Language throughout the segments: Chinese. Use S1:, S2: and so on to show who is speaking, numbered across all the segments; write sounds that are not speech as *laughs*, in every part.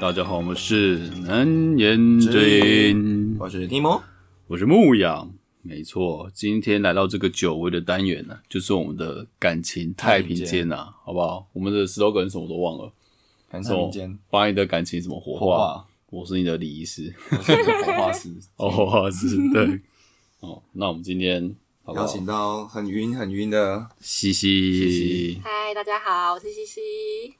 S1: 大家好，我们是难言之隐，
S2: 我是 Timo，
S1: 我是牧羊。没错，今天来到这个久违的单元呢、就是我们的感情太平间呐、好不好？我们的 slogan 是什么都忘了，
S2: 感
S1: 什
S2: 谢
S1: 么
S2: 民间
S1: 把你的感情什么火
S2: 火
S1: 化
S2: 化，
S1: 我是你的礼仪师， *laughs*
S2: 我是火化师，
S1: 哦，火化师，对，哦，那我们今天好不
S2: 邀
S1: 好？
S2: 请到很晕很晕的，
S1: 西西，
S3: 嗨，大家好，我是西西。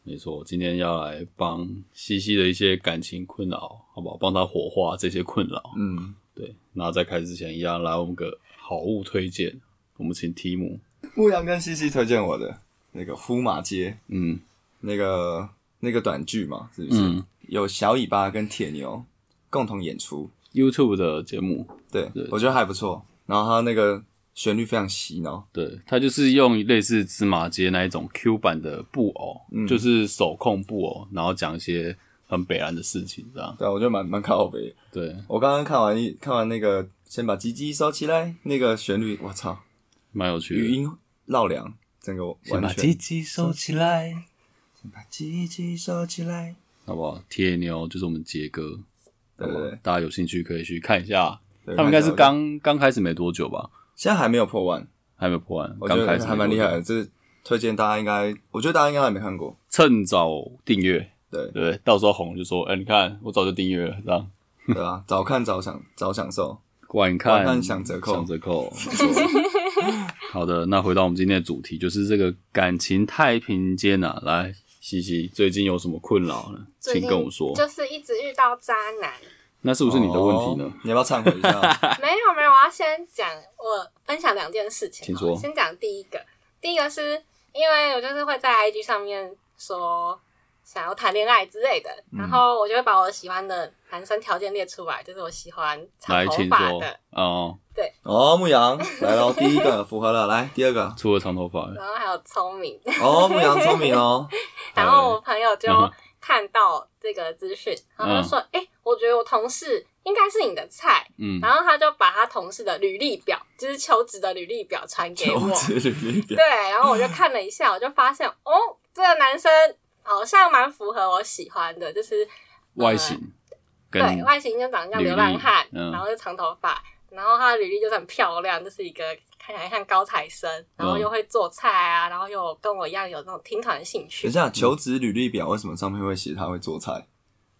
S1: 没错，今天要来帮西西的一些感情困扰，好不好？帮他火化这些困扰，
S2: 嗯，
S1: 对，那在开始之前，一样来我们个好物推荐，我们请提姆，
S2: 牧羊跟西西推荐我的那个《呼马街》
S1: 嗯
S2: 那个那个短剧嘛，是不是？
S1: 嗯
S2: 有小尾巴跟铁牛共同演出，
S1: ，YouTube 的节目，
S2: 对
S1: 对
S2: 我觉得还不错。然后它那个旋律非常洗脑，
S1: 对，它就是用类似芝麻街那一种 Q 版的布偶，
S2: 嗯
S1: 就是手控布偶，然后讲一些很北然的事情，这样，
S2: 对啊，我觉得蛮蛮靠北的。
S1: 对，
S2: 我刚刚看完一看完那个，先把鸡鸡收起来，那个旋律，我操，
S1: 蛮有趣的。
S2: 语音绕梁，整个
S1: 先把
S2: 完
S1: 鸡
S2: 全
S1: 鸡收起来，
S2: 把鸡鸡收起来，
S1: 好不好？铁牛就是我们杰哥，
S2: 对对
S1: 好不好
S2: 对
S1: 大家有兴趣可以去看一下，
S2: 对
S1: 他们应该是
S2: 看起来
S1: 刚刚开始没多久吧，
S2: 现在还没有破万，
S1: 还没破完，
S2: 我觉
S1: 刚
S2: 得
S1: 开始
S2: 还
S1: 没
S2: 蛮
S1: 多
S2: 厉
S1: 久
S2: 害的。，这推荐大家应该，我觉得大家应该还没看过。
S1: 趁早订阅。
S2: 对
S1: 对不对？到时候红就说，哎、你看我早就订阅了，这样。
S2: 对啊，早看早享早享受。
S1: 晚看
S2: 晚看享折扣
S1: 享折扣。没
S2: *laughs*
S1: 错好的，那回到我们今天的主题，就是这个感情太平间啊。来，西西最近有什么困扰呢？
S3: 最
S1: 请
S3: 近
S1: 跟我说。
S3: 就是一直遇到渣
S1: *laughs*
S3: 男，
S1: 那是不是你的问题呢？
S2: 哦你要不要忏悔
S1: *laughs*
S2: 一下？
S3: 没有没有，我要先讲我分享两件事情
S1: 请
S3: 好
S1: 说
S3: 了，先讲第一个，第一个是因为我就是会在 IG 上面说想要谈恋爱之类的，
S1: 嗯
S3: 然后我就会把我喜欢的男生条件列出来，就是我喜欢长
S1: 来，
S3: 头
S1: 请
S3: 发
S1: 说
S3: 的，。
S1: 哦，
S2: 哦，牧羊来了，第一个符合了，来第二个。
S1: 除了长头发，
S3: 然后还有聪
S1: *laughs*
S3: 明，
S2: 哦，牧羊聪明哦，
S3: 然后我朋友就
S1: 嗯哼
S3: 看到这个资讯，然后就说：“哎、我觉得我同事应该是你的菜。”
S1: 嗯，
S3: 然后他就把他同事的履历表，就是求职的履历表传 *laughs* 给
S2: 求
S3: 我。
S2: 职履历表
S3: 对，然后我就看了一下，我就发现哦，这个男生好像蛮符合我喜欢的，就是
S1: 外形跟
S3: 对外形就长得像
S1: 履历
S3: 流浪汉，
S1: 嗯
S3: 然后就长头发，然后他的履历就是很漂亮，就是一个看起来像高材生，然后
S1: 嗯
S3: 又会做菜啊，然后又跟我一样有那种听团的兴趣
S2: 等一。下，求职履历表为什么上面会写他会做菜？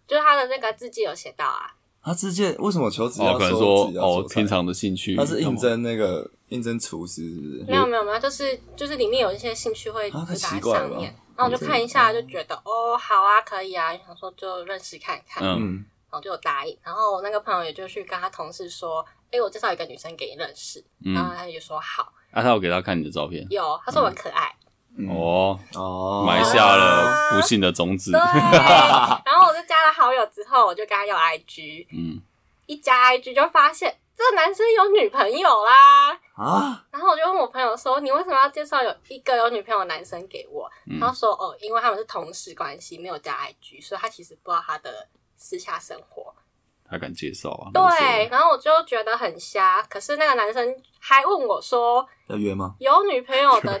S3: 就是他的那个字迹有写到啊，
S2: 他直接为什么求职
S1: 哦，
S2: 要
S1: 可能
S2: 说
S1: 说
S2: 自己要
S1: 哦
S2: 做，菜
S1: 平？常的兴趣，
S2: 他是应
S1: 干嘛
S2: 征那个应征厨师是不是？
S3: 没有没有没有，就是就是里面有一些兴趣会就
S2: 啊
S3: 打
S2: 太
S3: 在
S2: 奇怪了
S3: 上
S2: 吧
S3: 面，然后我就看一下，就觉得哦好啊，可以啊，想说就认识看看，然
S1: 嗯，
S2: 嗯，
S3: 后就有答应。然后我那个朋友也就去跟他同事说，哎，我介绍一个女生给你认识，
S1: 嗯
S3: 然后他就说好，
S1: 啊，他有给他看你的照片，
S3: 有，他说我很可爱，
S2: 嗯
S1: 哦，
S2: 哦，
S1: 埋下了不幸的种子 *laughs*
S3: 对，，然后我就加了好友之后，我就跟他要 IG，
S1: 嗯，
S3: 一加 IG 就发现这男生有女朋友啦。
S2: 啊，
S3: 然后我就问我朋友说：“你为什么要介绍有一个有女朋友的男生给我？”
S1: 嗯
S3: 他说：“哦，因为他们是同事关系，没有加 IG，所以他其实不知道他的私下生活。
S1: 他敢介绍啊？”
S3: 对，，然后我就觉得很瞎。可是那个男生还问我说
S2: 要约吗？：“
S3: 有女朋友
S1: *laughs*
S3: 的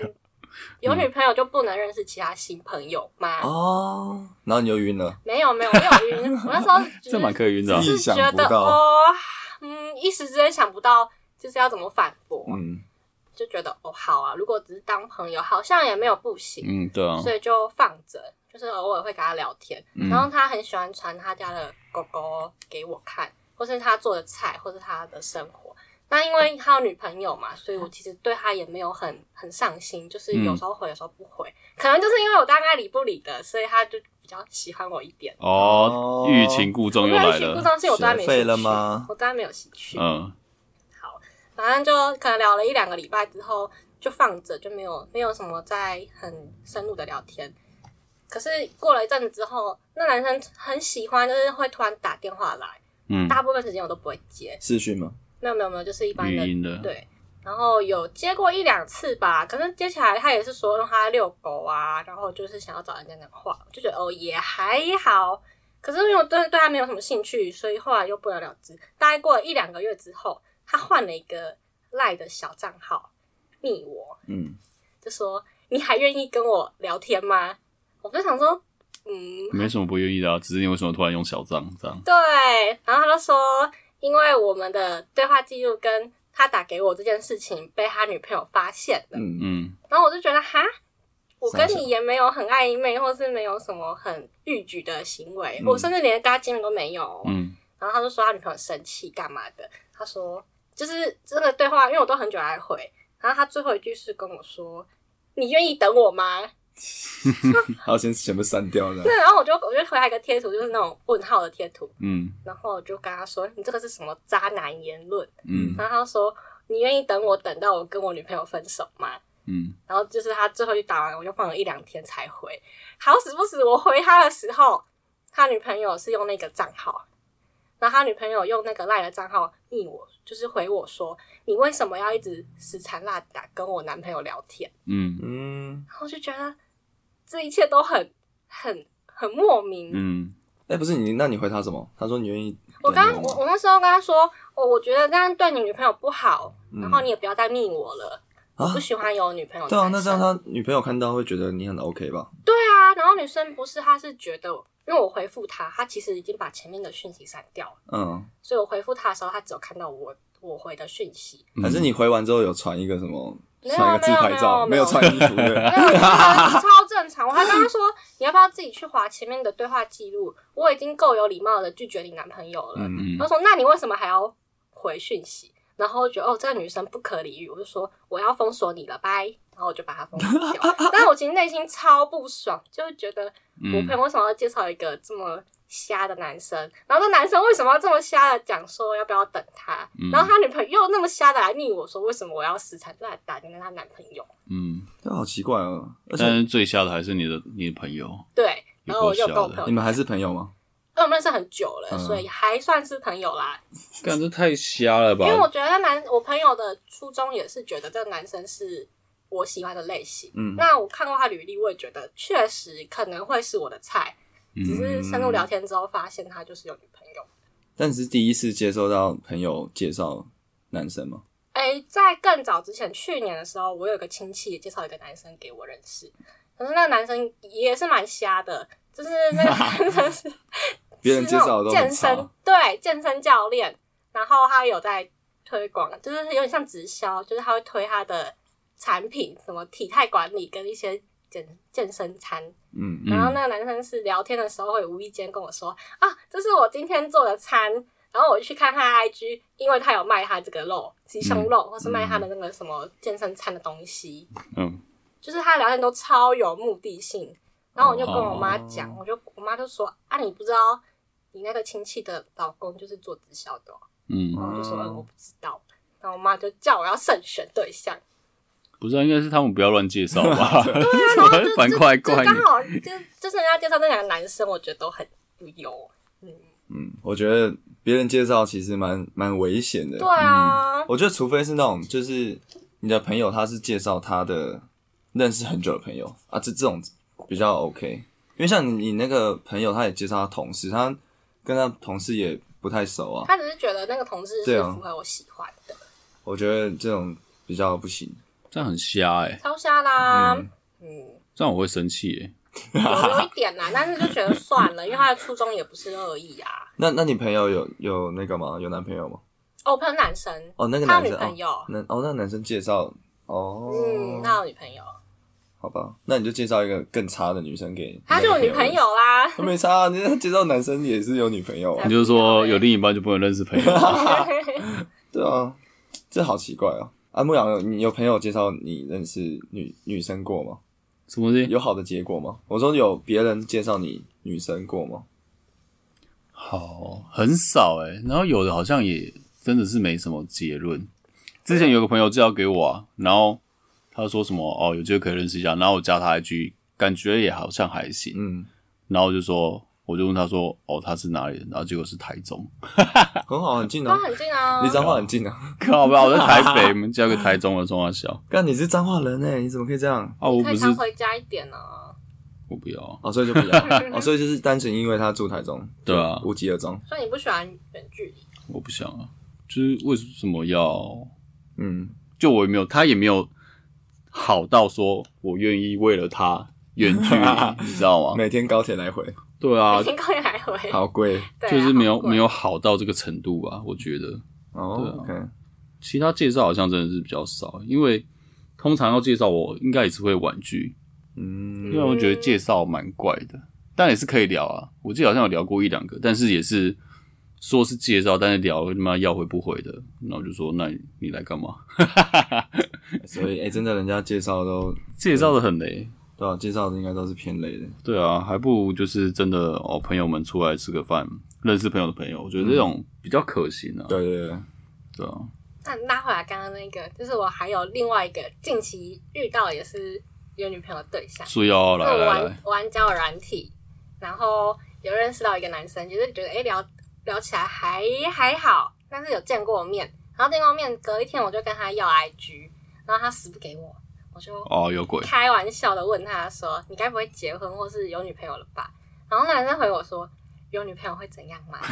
S3: 有
S1: 嗯
S3: 女朋友就不能认识其他新朋友吗？”
S2: 哦，然后你就晕了。
S3: 没有没有没有晕，我那时
S1: *laughs*
S3: 候只
S1: 这蛮
S3: 是
S1: 可以晕的啊，
S3: 只是觉
S2: 意想不
S3: 得
S2: 到
S3: 哦，嗯，一时之间想不到就是要怎么反驳。
S2: 嗯，
S3: 就觉得哦好啊，如果只是当朋友，好像也没有不行，
S1: 嗯，对啊，
S3: 所以就放着，就是偶尔会跟他聊天。
S1: 嗯
S3: 然后他很喜欢传他家的狗狗给我看，或是他做的菜，或是他的生活。那因为他有女朋友嘛，所以我其实对他也没有很很上心，就是有时候回，有时候不回，可能就是因为我大概理不理的，所以他就比较喜欢我一点。
S1: 哦
S2: 哦，
S1: 欲擒故纵
S3: 因
S1: 又
S3: 为
S1: 来
S3: 一起故
S1: 了。
S3: 障是我对他没
S2: 学废
S3: 兴趣，
S2: 了吗
S3: 我对他没有兴趣。
S1: 嗯，
S3: 反正就可能聊了一两个礼拜之后，就放着，就没有没有什么再很深入的聊天。可是过了一阵子之后，那男生很喜欢，就是会突然打电话来，
S1: 嗯，
S3: 大部分时间我都不会接。
S2: 视讯吗？
S3: 没有没有没有，就是一般
S1: 语
S3: 的
S1: 音的，
S3: 对。然后有接过一两次吧，可是接下来他也是说让他遛狗啊，然后就是想要找人家讲话，我就觉得哦也还好。可是因为我对对他没有什么兴趣，所以后来又不了了之。大概过了一两个月之后，他换了一个赖的小账号密我，
S2: 嗯，
S3: 就说你还愿意跟我聊天吗？我就想说嗯，
S1: 没什么不愿意的啊，只是你为什么突然用小账这样？
S3: 对，然后他就说，因为我们的对话记录跟他打给我这件事情被他女朋友发现了，
S2: 嗯，
S1: 嗯，
S3: 然后我就觉得哈，我跟
S2: 傻小
S3: 你也没有很暧昧，或是没有什么很欲举的行为，
S2: 嗯
S3: 我甚至连跟他见面都没有。
S1: 嗯，
S3: 然后他就说他女朋友生气干嘛的，他说就是这个对话，因为我都很久来回，然后他最后一句是跟我说。你愿意等我吗？ *laughs*
S2: 还要先全部删掉的。
S3: 对，然后我就我就回他一个贴图，就是那种问号的贴图，
S1: 嗯，
S3: 然后我就跟他说：“你这个是什么渣男言论？”
S1: 嗯，
S3: 然后他说：“你愿意等我等到我跟我女朋友分手吗
S1: 嗯，？”
S3: 然后就是他最后一打完，我就放了一两天才回。好死不死，我回他的时候，他女朋友是用那个账号，然后他女朋友用那个赖的账号密我，就是回我说：“你为什么要一直死缠烂打跟我男朋友聊天
S1: 嗯，
S2: 嗯，？”
S3: 然后我就觉得这一切都很很很莫名。
S1: 嗯，
S2: 哎、不是你，那你回他什么？他说你愿意等
S3: 我刚
S2: 吗
S3: 我我那时候跟他说，哦，我觉得这样对你女朋友不好，
S2: 嗯
S3: 然后你也不要再密我了，
S2: 啊
S3: 不喜欢有女朋友的
S2: 对啊，
S3: 男
S2: 那这样
S3: 生
S2: 他女朋友看到会觉得你很 OK 吧？
S3: 对啊，然后女生不是，她是觉得，因为我回复她，她其实已经把前面的讯息删掉了，
S2: 嗯，
S3: 所以我回复她的时候，她只有看到我我回的讯息，
S1: 嗯
S2: 还是你回完之后有传一个什么？
S3: 没有
S2: 传一个自拍照，没
S3: 没有
S2: 有
S3: 没
S2: 穿衣服
S3: 没 *laughs*
S2: 的。
S3: 有，超正常。我还跟她说，你要不要自己去划前面的对话记录？我已经够有礼貌的拒绝你男朋友了。
S2: 嗯，
S1: 嗯
S3: 他，说：“那你为什么还要回讯息？”然后我觉得哦，这个女生不可理喻，我就说我要封锁你了，拜。然后我就把她封锁掉。
S2: *laughs*
S3: 但是我其实内心超不爽，就是觉得我朋
S1: 嗯，
S3: 友为什么要介绍一个这么瞎的男生？然后这男生为什么要这么瞎的讲说要不要等他？
S1: 嗯
S3: 然后他女朋友又那么瞎的来密我说为什么我要死缠烂打你跟她男朋友？
S1: 嗯，
S2: 这好奇怪哦。而
S1: 但
S2: 且
S1: 是最瞎的还是你的你的朋友，
S3: 对，
S1: 也
S3: 然后我
S1: 够
S3: 就
S1: 瞎
S3: 跟我
S1: 的
S3: 朋友，
S2: 你们还是朋友吗？
S3: 因为我们认识很久了，
S2: 嗯
S3: 所以还算是朋友啦。
S1: 感这太瞎了吧
S3: 因为我觉得男，我朋友的初衷也是觉得这个男生是我喜欢的类型。
S2: 嗯，
S3: 那我看过他履历，我也觉得确实可能会是我的菜。
S1: 嗯
S3: 只是深入聊天之后，发现他就是有女朋友。
S2: 但你是第一次接受到朋友介绍男生吗？
S3: 哎、在更早之前，去年的时候，我有个亲戚也介绍一个男生给我认识，可是那个男生也是蛮瞎的，就是那个男生是
S2: *laughs* 别人介绍的
S3: 是那种
S2: 都
S3: 健
S2: 很
S3: 身
S2: 差，，
S3: 对健身教练，然后他有在推广，就是有点像直销，就是他会推他的产品，什么体态管理跟一些健健身餐。
S2: 嗯，
S3: 然后那个男生是聊天的时候会无意间跟我说啊，这是我今天做的餐。然后我去看他的 IG，因为他有卖他这个肉，鸡胸肉，或是卖他的那个什么健身餐的东西，
S1: 嗯，
S3: *laughs* 就是他的聊天都超有目的性。然后我就跟我妈
S2: 哦
S3: 讲，我就我妈就说啊，你不知道你那个亲戚的老公就是做直销的哦、
S1: 嗯，
S3: 然后我就说嗯，
S2: 哦
S3: 我不知道。然后我妈就叫我要慎选对象，
S1: 不是啊，应该是他们不要乱介绍吧？ *laughs* 对
S3: *laughs* 对
S1: 啊
S3: 啊，然后
S1: *laughs*
S3: 就
S1: 反
S3: 就
S1: 过来
S3: 就
S1: 怪你
S3: 刚。好就就是人家介绍那两个男生，我觉得都很不优。
S2: 嗯，我觉得别人介绍其实蛮蛮危险的。嗯
S3: 对啊，
S2: 我觉得除非是那种，就是你的朋友他是介绍他的认识很久的朋友啊，这这种比较 OK。因为像你你那个朋友，他也介绍他同事，他跟他同事也不太熟啊。
S3: 他只是觉得那个同志
S2: 对
S3: 是
S2: 啊
S3: 符合我喜欢的，
S2: 我觉得这种比较不行。
S1: 这样很瞎哎、
S3: 超瞎啦。嗯
S2: 嗯
S1: 这样我会生气哎、
S3: 有有一点
S2: *laughs*
S3: 啦，但是就觉得算了，因为他的初衷也不是恶意啊。
S2: 那那你朋友有有那个吗？有男朋友吗？
S3: 哦，我朋友是男生，
S2: 哦，那个
S3: 他
S2: 男
S3: 有女
S2: 生
S3: 朋
S2: 哦，
S3: 友，
S2: 男哦，那个男生介绍哦，
S3: 嗯，他有女朋友，
S2: 好吧，那你就介绍一个更差的女生给
S3: 他就有女朋，友啦。
S2: 他没差、啊，你介绍男生也是有女朋友啊
S1: 你，就是说有另一半就不能认识朋友？
S2: 对啊，这好奇怪哦。啊，牧羊，你有朋友介绍你认识女女生过吗？
S1: 什么东西？
S2: 有好的结果吗？我说有别人介绍你女生过吗？
S1: 好，很少哎、然后有的好像也真的是没什么结论。之前有个朋友介绍给我啊，然后他说什么哦，有机会可以认识一下，然后我加他一句，感觉也好像还行。
S2: 嗯，
S1: 然后我就说，我就问他说，哦，他是哪里人？然后结果是台中，
S2: 很好，很近
S3: 他
S2: 哦，
S3: 很近啊
S2: 离，彰化很近啊。
S1: 靠吧，我在台北，我们叫个台中的中华小
S2: 但你是彰化人哎，你怎么可以这样？
S1: 啊，我
S3: 可
S1: 不
S3: 以
S1: 是
S3: 常回家一点啊。
S1: 我不要，
S2: 哦，所以就不一
S3: *laughs*
S2: 样。哦，所以就是单纯因为他住台中，
S1: 对啊
S2: 无疾而终。
S3: 所以你不喜欢远距离？
S1: 我不想啊，就是为什么要？
S2: 嗯，
S1: 就我也没有，他也没有好到说我愿意为了他远距离，你知道吗？
S2: 每天高铁来回，
S1: 对啊
S3: 每，天高铁来回，
S2: 好贵
S3: 对啊
S1: 就是没有
S3: 好贵
S1: 没有好到这个程度吧，我觉得。
S2: 哦。OK，
S1: 啊其他介绍好像真的是比较少，因为通常要介绍我应该也是会婉拒，因为
S3: 啊
S2: 嗯，
S1: 我觉得介绍蛮怪的，但也是可以聊啊。我记得好像有聊过一两个，但是也是说是介绍，但是聊他妈要回不回的，那我就说那你你来干嘛？
S2: 所以哎、真的人家介绍都
S1: 介绍的很雷，
S2: 对啊，介绍的应该都是偏累的。
S1: 对啊，还不如就是真的哦，朋友们出来吃个饭，认识朋友的朋友，我觉
S3: 嗯
S1: 得这种比较可行啊。
S2: 对对对，
S1: 对啊，
S3: 那拉回来刚刚那个，就是我还有另外一个近期遇到也是有女朋友的对象，
S1: 所以要来
S3: 我
S1: 来
S3: 玩
S1: 来，
S3: 玩交友软体，然后有认识到一个男生，就是觉得哎、诶聊聊起来还还好，但是有见过面，然后见过面隔一天我就跟他要 IG，然后他死不给我，我就
S1: 哦，有
S3: *laughs*
S1: 鬼，
S3: 开玩笑的问他说：“你该不会结婚或是有女朋友了吧？”然后那男生回我说：“有女朋友会怎样嘛？”
S2: *laughs*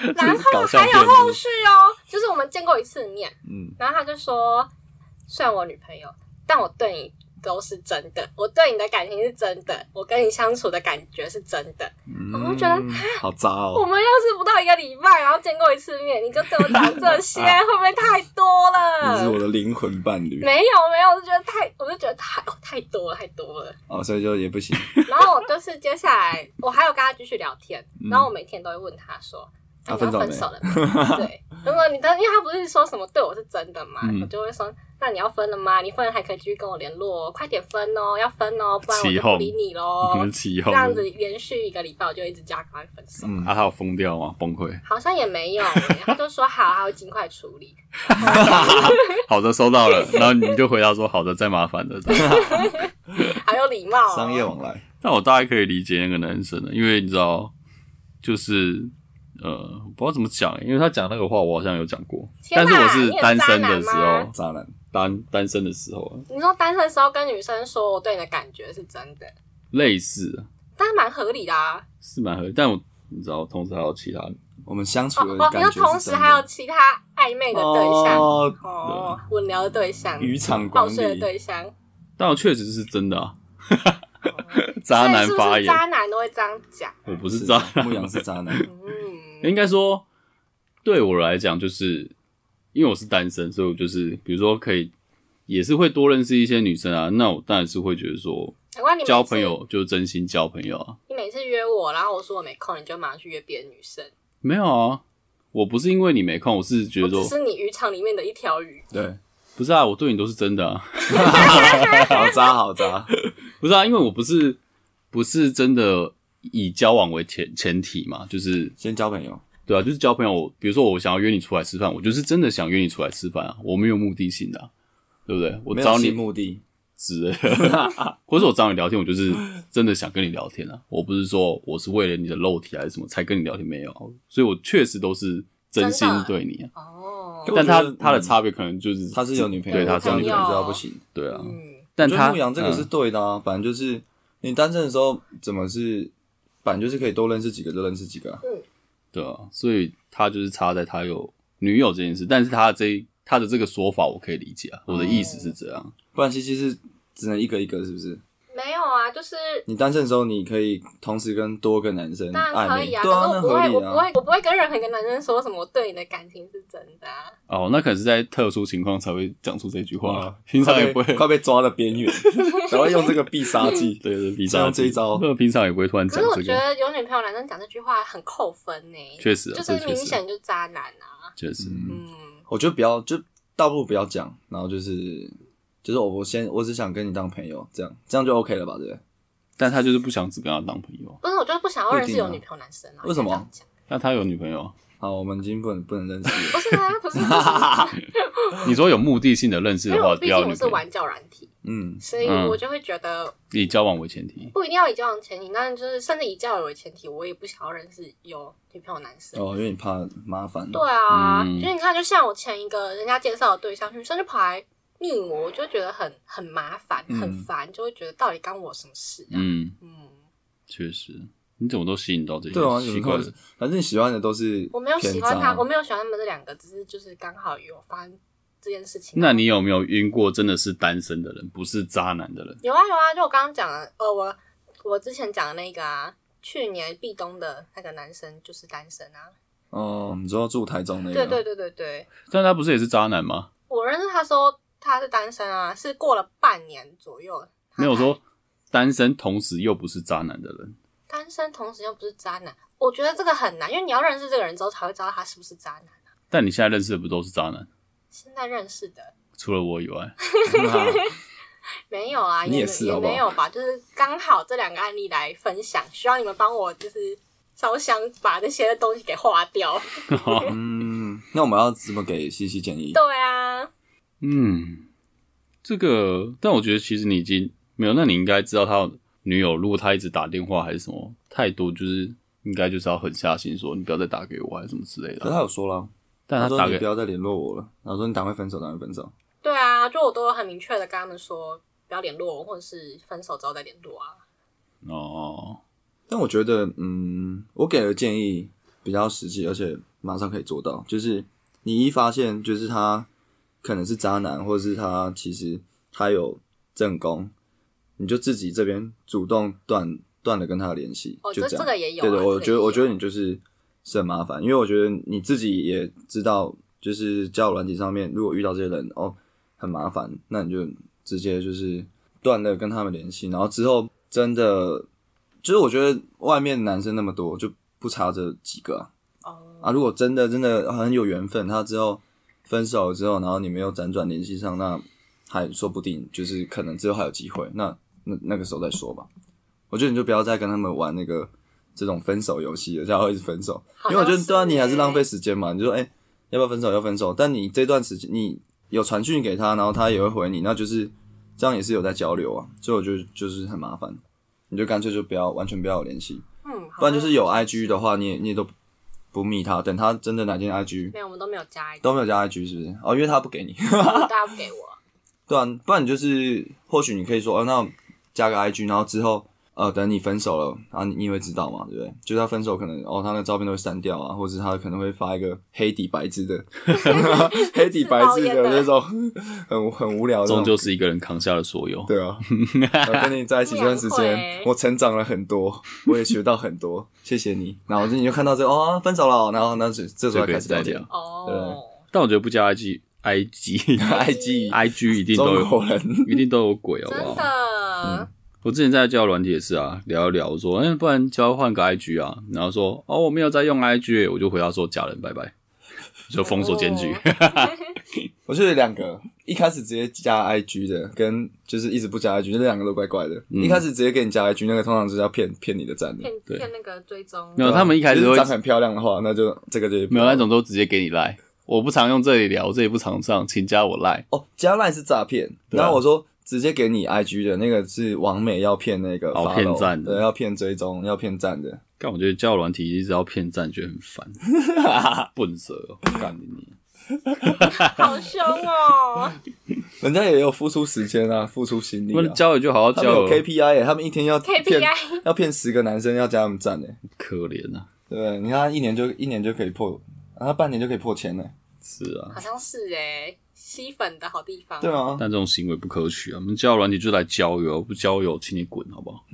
S3: 然后还有后续哦，就是我们见过一次面，
S2: 嗯，
S3: 然后他就说：“虽然我女朋友，但我对你都是真的，我对你的感情是真的，我跟你相处的感觉是真的。
S2: 嗯
S3: 我就觉得
S2: 好渣
S3: 我
S2: 哦。
S3: 们认识不到一个礼拜，然后见过一次面，你就对我讲
S2: *laughs*
S3: 这些，会不会太多
S2: 你是我
S3: 了？”
S2: 的灵魂伴侣
S3: 嗯没有没有，我就觉得太，我就觉得太哦太多了，太多了。
S2: 哦，所以就也不行。
S3: *laughs* 然后我就是接下来我还有跟他继续聊天，
S1: 嗯
S3: 然后我每天都会问他说：“
S2: 啊
S3: 啊你要分
S2: 分手
S3: 手了没？”
S1: *laughs*
S3: 对，如果你的，因为他不是说什么对我是真的嘛，
S1: 嗯
S3: 我就会说：“那你要分了吗？你分了还可以继续跟我联络哦，快点分哦，要分哦，不然我
S1: 起
S3: 就
S1: 哄
S3: 不理你
S1: 你
S3: 喽
S1: 们。”起
S3: 哦这
S1: 哄，
S3: 样子连续一个礼拜，我就一直叫他赶快分手。
S2: 嗯，
S1: 啊，他有疯掉吗？崩溃。
S3: 好像也没有、欸，他就说好，他会尽快处理。
S1: 好的，收到
S3: *laughs*
S1: 了。然后你就回答说：“好的，再麻烦了。 *laughs*
S3: 好有礼貌、哦，
S2: 商业往来，”
S1: 但我大概可以理解那个男生了，因为你知道，就是呃，我不知道怎么讲，因为他讲那个话，我好像有讲过，但
S3: 天哪
S1: 是我是单身的
S3: 你
S1: 时
S3: 很渣男
S1: 候
S3: 吗，
S2: 渣男。
S1: 单单身的时候
S3: 你说单身的时候跟女生说我对你的感觉是真的，
S1: 类似
S3: 但是蛮合理的啊。
S1: 是蛮合理，但我你知道，同时还有其他
S2: 我们相处
S3: 哦
S2: 的
S3: 哦，
S2: 感
S3: 你
S2: 觉
S3: 说
S2: 是
S3: 同时还有其他暧
S2: 真
S3: 昧的
S2: 的
S3: 对象，
S2: 哦，
S3: 哦，稳聊的对象，
S2: 渔场
S3: 报
S2: 管
S3: 税的
S2: 理，
S3: 对象，
S1: 但我确实是真的啊， *laughs* 渣男
S3: 哦所以是不
S1: 发
S3: 是
S1: 言，
S3: 渣男都会这样讲？
S1: 我不是渣男，
S2: 牧羊是渣男。
S3: 嗯，
S1: 应该说，对我来讲，就是因为我是单身，所以我就是比如说可以，也是会多认识一些女生啊。那我当然是会觉得说，
S3: 难怪你每次
S1: 交朋，友就是真心交朋友啊。
S3: 你每次约我，然后我说我没空，你就马上去约别的女生，
S1: 没有啊，我不是因为你没空，我是觉
S3: 我
S1: 得
S3: 哦只
S1: 说，
S3: 是你渔场里面的一条鱼。
S2: *laughs* 对， *laughs*
S1: 不是啊，我对你都是真的啊。 *laughs*
S2: 好渣好渣。
S1: 不是啊，因为我不是不是真的以交往为前前提嘛，就是
S2: 先交朋友，
S1: 对啊，就是交朋友。我比如说我想要约你出来吃饭，我就是真的想约你出来吃饭啊，我没有目的性的啊、对不对？我
S2: 没
S1: 找
S2: 有
S1: 你
S2: 其目的。
S1: 之类的， *laughs* 或者我找你聊天，我就是真的想跟你聊天啊，我不是说我是为了你的肉体还是什么才跟你聊天，没有啊，所以我确实都是真心
S3: 真的
S1: 对你、啊，
S3: 哦，
S2: 可我
S1: 但
S2: 觉
S1: 他
S2: 得
S1: 他的
S2: 嗯
S1: 差别可能就是
S2: 他是有女朋友，
S1: 对，他是
S3: 是
S2: 有
S1: 有
S2: 女
S1: 女
S2: 朋
S1: 朋友，
S2: 友就要不行。
S1: 对啊，
S3: 嗯，
S1: 但
S2: 我觉得
S1: 他
S2: 牧羊这个是
S1: 嗯
S2: 对的啊，反正就是你单身的时候，怎么是反正就是可以多认识几个就认识几个啊。
S1: 对啊，所以他就是差在他有女友这件事，但是他这一他的这个说法我可以理解啊，我的意思是这样，
S2: 不然其实是只能一个一个，是不是？
S3: 没有啊，就是。
S2: 你单身的时候，你可以同时跟多个男生
S3: 当然
S2: 暧
S3: 可
S2: 昧，
S3: 以啊，
S2: 对啊，
S3: 可
S2: 那
S3: 是我不
S2: 合
S3: 会，
S2: 理
S3: 我不
S2: 啊。
S3: 会，我不会跟任何一个男生说什么我对你的感情是真的、啊。
S1: 哦，那可能是在特殊情况才会讲出这句话
S2: 哇
S1: 啊，平常也不
S2: 嗯快被
S1: 会，
S2: 快被抓的
S1: *laughs*
S2: 边缘，然后用这个必杀技。
S1: 对对，平
S2: 像
S1: 常
S2: 这一招
S1: 对平常也不会突然
S3: 可
S1: 讲
S3: 是我
S1: 这
S3: 觉
S1: 个，
S3: 得有女朋友男生讲这句话很扣分呢、
S1: 确实啊
S3: 就
S1: 这
S3: 是
S1: 确
S3: 明
S1: 实
S3: 显就渣男啊。
S1: 确实，
S3: 嗯，
S2: 我觉得不要，就倒不如不要讲，然后就是就是我我先我只想跟你当朋友，这样这样就 OK 了吧，对不对？
S1: 但他就是不想只跟他当朋友啊。
S3: 不是，我就是不想要
S2: 不一
S3: 认识
S2: 定
S3: 有
S2: 啊
S3: 女朋友男生啊。
S2: 为什么
S3: 应该这样讲
S1: 那他有女朋友？
S2: 好，我们已经不能不能认
S1: *laughs*
S2: 识了。
S3: 不是啊，不是，不是
S1: 你说有目的性的认识 *laughs*
S3: 因
S1: 的
S3: 为
S1: 话，
S3: 我毕
S1: 不
S3: 竟
S1: 要
S3: 我
S1: 女
S3: 是
S1: 朋友，
S3: 玩教软体，
S2: 嗯，
S3: 所以
S1: 嗯
S3: 我就会觉得
S1: 以交往为前提。
S3: 不一定要以交往前提，但就是甚至以交友为前提，我也不想要认识有女朋友男生。
S2: 哦，因为你怕麻烦。
S3: 对啊，
S1: 嗯
S3: 因为你看，就像我前一个人家介绍的对象，女生就跑来密我，我就觉得很很麻烦，
S2: 嗯
S3: 很烦，就会觉得到底干我什么事啊？
S1: 嗯，
S3: 嗯，
S1: 确实。你怎么都吸引到这些
S2: 对啊，
S1: 奇怪
S2: 有时
S1: 的
S2: 候？反正你喜欢的都是
S3: 我没有喜欢
S2: 偏啊
S3: 他，
S2: 渣
S3: 我没有喜欢他们这两个，只是就是刚好有发这件事情。啊
S1: 那你有没有晕过真的是单身的人，不是渣男的人？
S3: 有啊有啊，就我刚刚讲的，呃，我我之前讲的那个啊，去年壁咚的那个男生就是单身啊。
S2: 哦，你知道住台中那个？
S3: 对对对对对，
S1: 但他不是也是渣男吗？
S3: 我认识他的时候他是单身啊，是过了半年左右。
S1: 没有说单身，同时又不是渣男的人。
S3: 单身，同时又不是渣男，我觉得这个很难，因为你要认识这个人之后才会知道他是不是渣男。
S1: 但你现在认识的不都是渣男？
S3: 现在认识的
S1: 除了我以外，
S2: *laughs*
S3: 没有啊，
S2: 你也
S3: 也
S2: 是
S3: 也
S2: 好不好
S3: 没有吧，就是刚好这两个案例来分享，需要你们帮我就是烧香把那些东西给化
S2: *laughs*
S3: 掉。
S2: 嗯，那我们要怎么给西西建议？
S3: 对啊，
S1: 嗯，这个，但我觉得其实你已经没有，那你应该知道他女友，如果他一直打电话还是什么态度，就是应该就是要狠下心说你不要再打给我，还是什么之类
S2: 可是
S1: 的。
S2: 他有说了，
S1: 但他
S2: 说
S1: 打
S2: 你
S1: 给
S2: 不要再联络我了，然后说你赶快分手，赶快分手。
S3: 对啊，就我都有很明确的跟他们说不要联络我，或者是分手之后再联络啊。
S1: 哦，
S2: 但我觉得，嗯，我给的建议比较实际，而且马上可以做到，就是你一发现就是他可能是渣男，或者是他其实他有正宫，你就自己这边主动断断了跟他的联系，
S3: 哦
S2: 就
S3: 这
S2: 这样。
S3: 这个也有啊
S2: 对
S3: 这
S2: 的，
S3: 个
S2: 我觉得
S3: 也
S2: 我觉得
S3: 有
S2: 你就是是很麻烦，因为我觉得你自己也知道，就是交友软体上面如果遇到这些人哦很麻烦，那你就直接就是断了跟他们联系，然后之后真的就是我觉得外面男生那么多，就不差这几个啊。
S3: 哦，
S2: 啊如果真的真的很有缘分，他之后分手了之后，然后你没有辗转联系上，那还说不定就是可能之后还有机会。那那那个时候再说吧。我觉得你就不要再跟他们玩那个这种分手游戏了，然后一直分手，因为我觉得对啊，你
S3: 欸
S2: 还是浪费时间嘛。你就说哎、要不要分手？要分手，但你这段时间你有传讯给他，然后他也会回你，那就是这样也是有在交流啊。所以我觉得就是很麻烦，你就干脆就不要完全不要有联系。
S3: 嗯，好
S2: 不然就是有
S3: 啊。
S2: IG 的话，你也你也都不不密他，等他真的哪天 IG
S3: 没有，我们都没有加一个，
S2: 都没有加 IG 是不是？哦，因为他不给你， *laughs*
S3: 大家不给我。
S2: 对啊，不然你就是或许你可以说，哦，那加个 IG，然后之后呃，等你分手了，啊，你你也会知道嘛，对不对？就是他分手可能哦，他那照片都会删掉啊，或者是他可能会发一个黑底白字的， *laughs* 黑底白字的那种 *laughs* 很很无聊的
S1: 终
S2: 那种。
S1: 究是一个人扛下了所有。 *laughs*
S2: 对啊，我跟你在一起这段时
S3: 不然
S2: 间
S3: 会，
S2: 我成长了很多，我也学到很多， *laughs* 谢谢你。然后你就看到这个哦，分手了，然后那这这时
S1: 就
S2: 候
S1: 可
S2: 开
S1: 以
S2: 始
S1: 再
S2: 聊天
S1: 聊，，
S3: 哦，
S1: 但我觉得不加 IG、IG、
S2: *laughs* IG
S1: IG 一定都
S2: 中
S1: 有
S2: 国，人，
S1: 一定都有鬼，好
S2: 啊
S3: 真
S1: 不好？
S3: 的，
S2: 嗯
S1: 我之前在交友软体也是啊，聊一聊，我说，哎、不然交换个 IG 啊，然后说，哦，我没有在用 IG，耶我就回答说假人，拜拜，就封
S3: 哦
S1: 锁检
S2: *laughs*
S1: 举。
S2: 我觉得两个一开始直接加 IG 的，跟就是一直不加 IG，这两个都怪怪的。
S1: 嗯
S2: 一开始直接给你加 IG，那个通常就是要骗骗你的赞的。
S3: 骗
S1: 对
S3: 骗那个追踪
S1: 没。有，他们一开始
S2: 就是
S1: 会
S2: 长很漂亮的话，那就这个就
S1: 没有那种都直接给你赖，我不常用这里聊，我这里不常上，请加我赖。
S2: 哦，加 line 是诈骗。
S1: 对啊
S2: 然后我说直接给你 IG 的那个是王美要骗那个
S1: 哦
S2: follow，
S1: 骗赞的
S2: 对，要骗追踪，要骗赞的。
S1: 但我觉得交友软体一直要骗赞，觉得很 *laughs* 烦，笨蛇、哦，干你你！
S3: 好凶
S2: *laughs*
S3: 哦！
S2: 人家也有付出时间啊，付出心力、
S1: 他们
S2: 啊。
S1: 交友就好好
S2: 他们
S1: 交
S2: 有
S1: 友，
S2: KPI 欸耶、他们一天要
S3: KPI
S2: 骗要骗十个男生要加他们赞呢、
S1: 可怜啊，
S2: 对不对？你看他一年就一年就可以破，啊他半年就可以破千呢、欸
S1: 是啊，
S3: 好像是哎，吸粉的好地方。
S2: 对啊，
S1: 但这种行为不可取啊。我们交友软体就来交友，不交友，请你滚，好不好？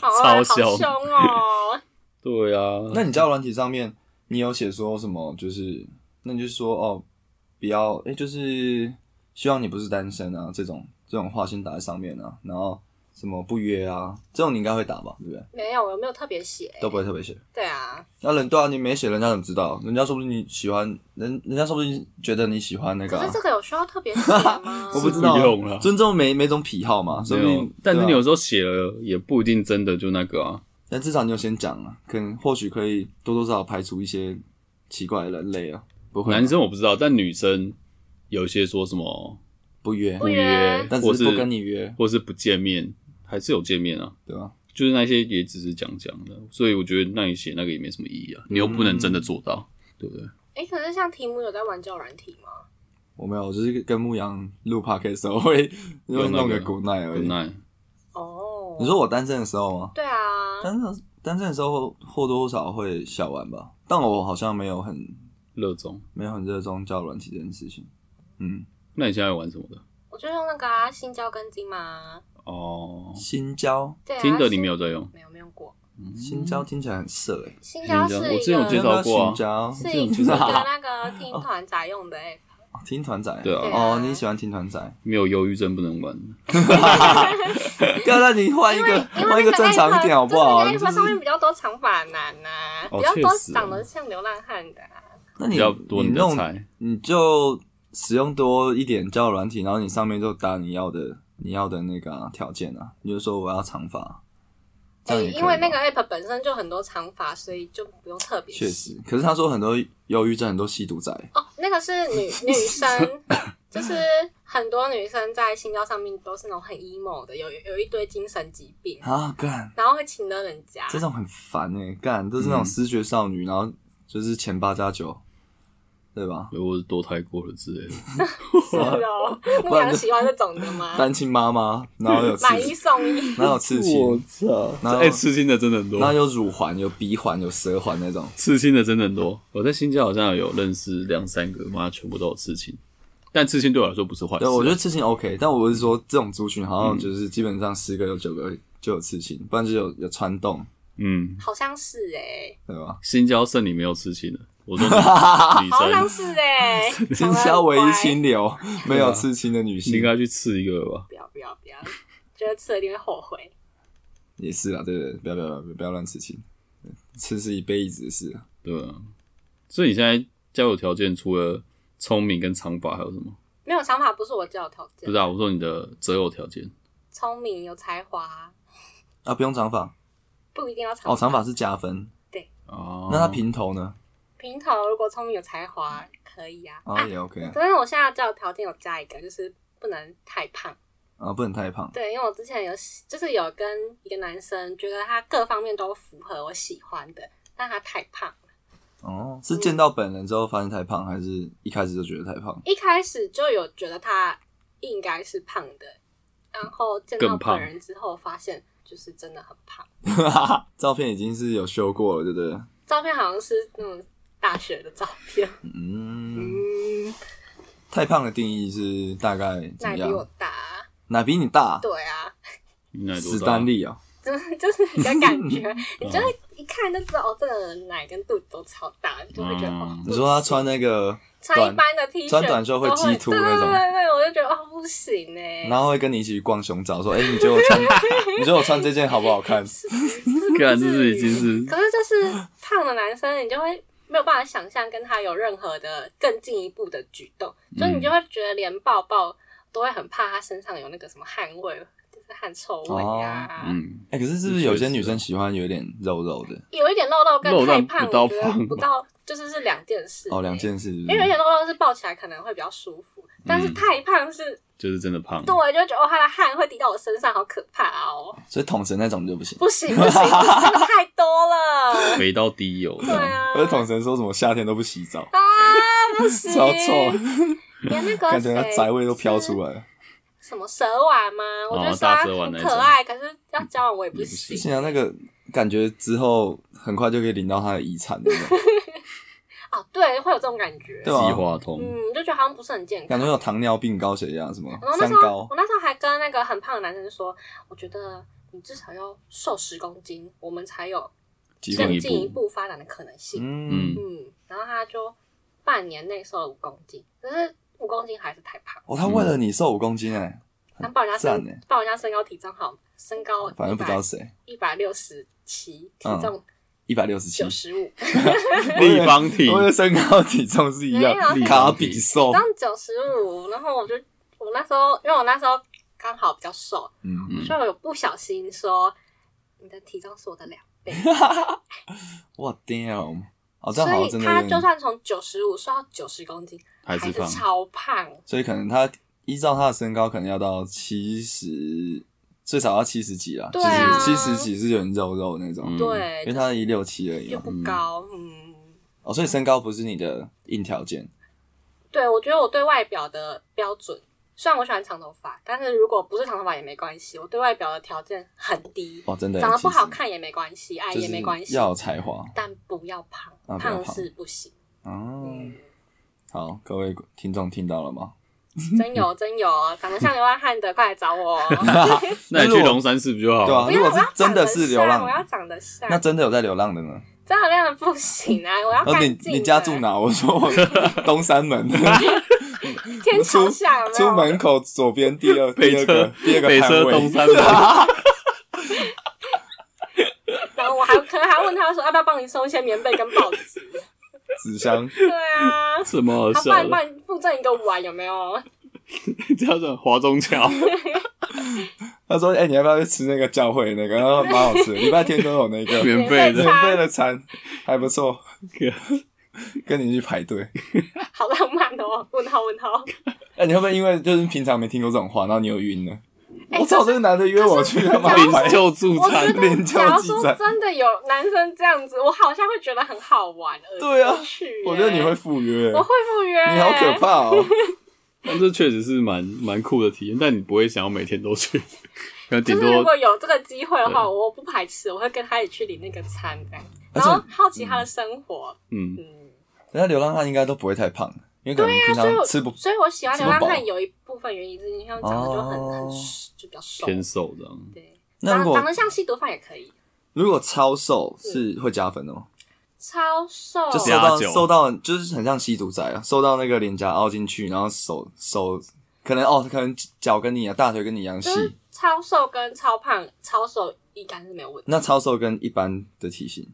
S3: 好啊，
S1: 超
S3: 好
S1: 凶
S3: 凶哦！
S2: *laughs*
S1: 对啊，
S2: 那你交友软体上面，你有写说什么？就是那你就说哦，不要，哎、就是希望你不是单身啊，这种这种话先打在上面啊，然后什么不约啊，这种你应该会打吧，对不对？
S3: 没有，我没有特别写。
S2: 都不会特别写。
S3: 对啊，
S2: 那人对啊，你没写，人家怎么知道？人家说不定你喜欢，人人家说不定觉得你喜欢那个、
S3: 可
S2: 啊
S3: 是这。个有需要特别写吗
S2: *laughs* ？我不知道
S1: 是
S2: 啊，
S1: 不用啦
S2: 尊重每每种癖好嘛，说
S1: 没
S2: 不
S1: 有
S2: 定。，
S1: 但是
S2: 对啊
S1: 你有时候写了也不一定真的就那个啊。
S2: 但至少你有先讲啊，可能或许可以多多少少排除一些奇怪的人类啊。不会吗，
S1: 男生我不知道，但女生有些说什么
S2: 不约，
S1: 不
S3: 不
S1: 约
S3: 约，
S2: 但
S1: 或
S2: 只是不跟你约，
S1: 或是不见面，还是有见面啊。
S2: 对吧、
S1: 就是那些也只是讲讲的，所以我觉得那你写那个也没什么意义啊，你又不能
S2: 嗯
S1: 真的做到，对不对？
S3: 哎，可是像题目有在玩交友软体吗？
S2: 我没有，我就是跟牧羊录 podcast 的时候会
S1: *laughs* 有那
S2: 会
S1: 个
S2: 弄个 good night 而已。
S1: 那
S3: 哦，
S2: 你说我单身的时候吗？
S3: 对啊，
S2: 单身单身的时候或多或少会小玩吧，但我好像没有很
S1: 热衷
S2: 没有很热衷交友软体这件事情。嗯，
S1: 那你现在有玩什么的？
S3: 我就用那个啊，新交跟金嘛，
S1: 哦，
S2: 新交，
S3: 对啊，
S1: 听的你
S3: 新
S1: 没有在用？
S3: 没有没有用过，
S2: 新交听起来很色哎、
S3: 新交是
S1: 新
S3: 一
S1: 交
S3: 个
S1: 我之前有嗯介绍过啊
S2: 新交，
S3: 是一
S2: 就是
S3: 个那个听团仔用的
S2: *laughs*
S3: 欸 app，
S2: 听团仔，
S1: 对啊
S2: 哦，你喜欢听团仔？
S1: 没有忧郁症不能玩。
S2: 哥，那你换一
S3: 因为
S2: 个，
S3: 因
S2: 换
S3: 为
S2: 一个
S3: 那
S2: 正常一点好不好？
S3: 那
S2: 你
S3: 个
S2: 就
S3: app 上
S2: 是
S3: 面比较多长发男呐，
S1: 哦
S3: 比较多
S1: 确实
S3: 长得像流浪汉的啊。
S2: 那
S1: 比
S2: 你
S1: 较多
S2: 你
S1: 你的
S2: 弄
S1: 菜，
S2: 你就使用多一点交友软体，然后你上面就打你要的你要的那个啊条、件啊，你就说我要长发，这样也可以吧
S3: 哎
S2: 啊
S3: 因为那个 app 本身就很多长发，所以就不用特别
S2: 确
S3: 洗
S2: 实，可是他说很多忧郁症，很多吸毒仔，
S3: 哦，那个是
S2: *laughs*
S3: 女女生，就是很多女生在性交上面都是那种很 emo 的，有有一堆精神疾病，
S2: 啊，干
S3: 然后会请了人家。
S2: 这种很烦哎、干都是
S1: 嗯
S2: 那种失学少女，然后就是前八加九，对吧？
S1: 如果是堕胎过了之类的，
S3: 是哦，牧
S2: 不然
S3: 羊
S2: 就
S3: 喜欢这种的吗？
S2: 单亲妈妈，然后有刺
S3: 买一
S2: 青，
S3: 送一，
S2: 然后有刺
S3: *laughs*
S2: 青，
S1: 操！
S2: 然后
S1: 哎，刺青的真的很
S2: 然后
S1: 多，哦
S2: 有乳环、有鼻环、有舌环那种，
S1: 刺青的真的很多。我在新疆好像有认识两三个，妈全部都有刺青，但刺青对我来说不是坏事
S2: 对，
S1: 啊。嗯
S2: 我觉得刺青 OK，但我是说这种族群好像就是基本上十个有九个就有刺青，不然就有有穿洞，
S1: 嗯，
S3: 好像是哎，
S2: 对吧？
S1: 新疆剩你没有刺青的，我
S2: *laughs*
S1: 说女女
S3: 好像
S1: 生
S3: 是哎，
S2: 今
S3: 长得很
S2: 宵唯一
S3: 乖
S2: 清流，没有
S1: 对啊
S2: 刺青的女
S1: 你应
S2: 性
S1: 该去刺一个吧。
S3: 不要不要不要，觉得吃了一定会后悔。
S2: 也是啊，对对，对不要不要不要不要乱刺青，刺是一辈子的事啊。
S1: 对啊，所以你现在交友条件除了聪明跟长发还有什么？
S3: 没有长发不是我交友条
S1: 不
S3: 件
S1: 知，道，我说你的择偶条件。
S3: 聪明有才华，
S2: 啊，不用长发
S3: 不一定要长
S2: 哦，长发是加分。
S1: 哦，
S2: 那他平头呢？
S3: 平头如果聪明有才华可以啊。
S2: 哦，
S3: 啊，
S2: 也 OK 啊，
S3: 但是我现在交友条件有加一个，就是不能太胖。
S2: 啊，不能太胖。
S3: 对，因为我之前有就是有跟一个男生，觉得他各方面都符合我喜欢的，但他太胖。
S2: 哦，是
S3: 嗯
S2: 见到本人之后发现太胖，还是一开始就觉得太胖？ *laughs*
S3: 一开始就有觉得他应该是胖的，然后见到
S1: 更胖
S3: 本人之后发现就是真的很胖。
S2: 照片已经是有修过了，对不对？
S3: 照片好像是嗯大学的照片，
S2: 嗯，
S3: 嗯，
S2: 太胖的定义是大概怎
S3: 奶
S2: 么
S3: 比
S2: 样？
S3: 我大，
S2: 奶比你大，
S3: 对啊，
S1: 你奶多
S2: 史
S1: 大？
S2: 丹利啊，
S3: 就是就是一个感
S2: *laughs*
S3: 觉，你就会一看就知道哦，这个人奶跟肚子都超大，你就会觉得、
S1: 嗯
S3: 哦，
S2: 你说他穿那个
S3: 穿一
S2: 短，
S3: 般的 T 恤，
S2: 穿短袖会激凸
S3: 对
S2: 那种
S3: 对对对，我就觉得哦不行哎、
S2: 然后会跟你一起去逛熊掌，说：“哎、你觉得我
S3: *laughs*
S2: 穿，你觉得我穿这件好不好看 *laughs*
S1: 干，啊这是已经是
S3: 可是就是胖的男生，你就会没有办法想象跟他有任何的更进一步的举动，所以你就
S2: 嗯
S3: 会觉得连抱抱都会很怕他身上有那个什么汗味，就是汗臭味啊，
S1: 嗯？”，
S2: 哎、可是是不是有些女生喜欢有点肉肉的？
S3: 有一点肉肉跟
S1: 肉
S3: 太
S1: 蛋
S3: 胖，
S1: 不到
S3: 我觉得
S1: 胖
S3: 不
S1: 吧
S3: 到就是是两件事、欸
S2: 哦，两。件事嗯是不
S3: 因为有
S2: 是，
S3: 点肉肉是抱起来可能会比较舒服，但是太胖是，
S2: 嗯
S1: 就是真的胖。
S3: 对，就觉得哦，他的汗会滴到我身上，好可怕哦！
S2: 所以桶神那种就不行。
S3: 不啊行不行，真的太多
S2: *laughs*
S3: 了。
S1: 肥到低油这
S3: 对
S1: 样。
S3: 啊，
S2: 而桶神说什么夏天都不洗澡，
S3: 啊，不行，
S2: 超臭，
S3: 连那个
S2: 感觉他
S3: 谁
S2: 宅味都飘出来了。
S3: 什么蛇丸吗？我觉得蛇
S1: 哦大
S3: 丸
S1: 蛇丸
S3: 很
S1: 那一
S3: 可
S1: 种嗯
S3: 爱，可是要交往我也不
S1: 也不行。
S3: 行
S2: 现啊在那个感觉之后很快就可以领到他的遗产那种，
S3: 哦，对，会有这种感觉。
S2: 对吧、啊
S1: 计划通，
S3: 嗯，就觉得好像不是很
S2: *laughs*
S3: 健
S2: 感
S3: 康。
S2: 觉有糖尿病、高血压什么
S3: 然后哦那
S2: 三
S3: 时候
S2: 高，
S3: 我那时候还跟那个很胖的男生说，我觉得你至少要瘦十公斤，我们才有
S2: 几
S1: 更
S3: 更
S1: 一
S3: 进一
S1: 步
S3: 步发展的可能性。
S2: 嗯
S1: 嗯，
S3: 嗯，然后他就半年内瘦了五公斤，可是五公斤还是太胖。
S2: 哦，他为了你瘦五公斤哎、
S3: 但报人家
S2: 赞欸
S3: 身报人家身高体重好，身高
S2: 反正不知道谁，
S3: 一百六十七，体
S2: 嗯
S3: 重
S2: 一百六十七
S3: 九，十五，嗯
S1: 立方体
S2: 我的身高体重是一样
S3: 没有，啊
S2: 卡比兽
S3: 体，重九十五，然后我就我那时候，因为我那时候刚好比较瘦，
S2: 嗯，
S1: 嗯
S3: 所以我有不小心说你的体重是我的两倍，
S2: 哇 damn，哦，这样好像
S3: 所
S2: 真
S3: 以
S2: 的
S3: 他
S2: 有
S3: 就
S2: 点，
S3: 算从九十五瘦到九十公斤，
S1: 还是胖。
S3: 超胖。
S2: 所以可能他依照他的身高，可能要到七十，最少要七十几啦，
S3: 对啊
S2: 七十七十几是有点肉肉那种，
S1: 嗯
S3: 对
S2: 因为，他一六七而已
S3: 又
S2: 嘛，
S3: 不高，嗯，
S2: 哦，所以身高不是你的硬条件，
S3: 对我觉得我对外表的标准，虽然我喜欢长头发，但是如果不是长头发也没关系，我对外表的条件很低，
S2: 哦，真的
S3: 长得不好
S2: 其实
S3: 看也没关系，矮
S2: 就是
S3: 也没关系，
S2: 要有才华
S3: 但不要胖，
S2: 啊不要
S3: 胖
S2: 胖
S3: 是不行。
S2: 哦。
S3: 嗯
S2: 好，各位听众听到了吗？
S3: *laughs* 真有真有，长得像流浪汉的，快来
S2: *laughs*
S3: 找我！ *laughs*
S1: 那你去龙山寺不就好？
S2: 对啊
S3: 不
S2: 如
S3: 要，
S2: 果
S3: 我
S2: 是
S3: 要
S2: 真的是流浪
S3: 长得像我要长得像
S2: 那。真的有在流浪的呢？
S3: 真的亮不行啊！我要
S2: 然后
S3: 干
S2: 哦你
S3: 净的。
S2: 你家住哪？我说
S3: *laughs*
S2: 我东山门，
S3: 天
S2: 出
S3: 桥啊下有没
S2: *laughs*
S3: 有？
S2: 出门口左边第二第
S1: 北车
S2: 二个第二个
S1: 北
S2: 摊
S1: 车
S2: 位
S1: 东山
S2: *laughs*
S1: 门，
S3: 然后我还可能还问他说，要不要帮你送一些棉被跟报
S2: *laughs*
S3: 纸？
S2: 纸箱，
S3: 对啊，
S1: 什么好
S3: 他
S1: 笑
S3: 帮
S1: 的？
S3: 你帮你附赠一个碗，有没有？
S1: 叫做华中
S3: *laughs*
S1: 桥，
S2: 他说：“哎、你要不要去吃那个教会那个？然后蛮好
S3: *laughs*
S2: 吃的，礼拜天都有那个免
S1: 免费
S3: 免
S1: 的。”
S2: 费的餐，还不
S3: *laughs*
S2: 错。跟你去排队。
S3: 好浪漫哦！问号问
S2: *laughs*
S3: 号。
S2: 哎、你会不会因为就是平常没听过这种话，然后你又晕了？
S3: 哎
S2: 我操，这个男的约我去他妈
S3: 可是
S2: 排
S1: 领救助
S3: 我觉
S1: 餐，
S3: 得，
S2: 领教
S3: 假如
S2: 记
S3: 说
S2: 载
S3: 真的有男生这样子，我好像会觉得很好玩。
S2: 对啊
S3: 而不去耶
S2: 我觉得你会，赴约、
S3: 我会啊赴约。
S2: 你好可！怕哦！ *laughs*
S1: 但这确实是蛮蛮酷的体验，但你不会想要每天都去，可能
S3: *laughs* 就
S1: 顶
S3: 是如
S1: 多
S3: 果有这个机会的话，
S1: 对
S3: 我不排斥，我会跟他一起去领那个餐这样，
S2: 而
S3: 然
S2: 且
S3: 后好奇他的生活。
S1: 嗯，
S3: 嗯，
S2: 人家流浪汉应该都不会太胖，因为可能平
S3: 啊所以我
S2: 常吃不
S3: 所以我喜欢流浪
S2: 吃不
S3: 汉
S2: 饱
S3: 有一部分原因是因为他们长得就很很
S2: 哦
S3: 就比较瘦，
S1: 偏瘦这样。
S3: 对，
S2: 那
S3: 长
S2: 如果
S3: 长得像吸毒犯也可以，
S2: 如果超瘦是会加分的吗？
S3: 超瘦，
S2: 就瘦
S1: 是
S2: 到
S1: 加酒
S2: 瘦到就是很像吸毒仔啊，瘦到那个脸颊凹进去，然后手手可能哦，可能脚跟你啊，大腿跟你一样细
S3: 就。是超瘦跟超胖，超瘦应该是没有问题。
S2: 那超瘦跟一般的体型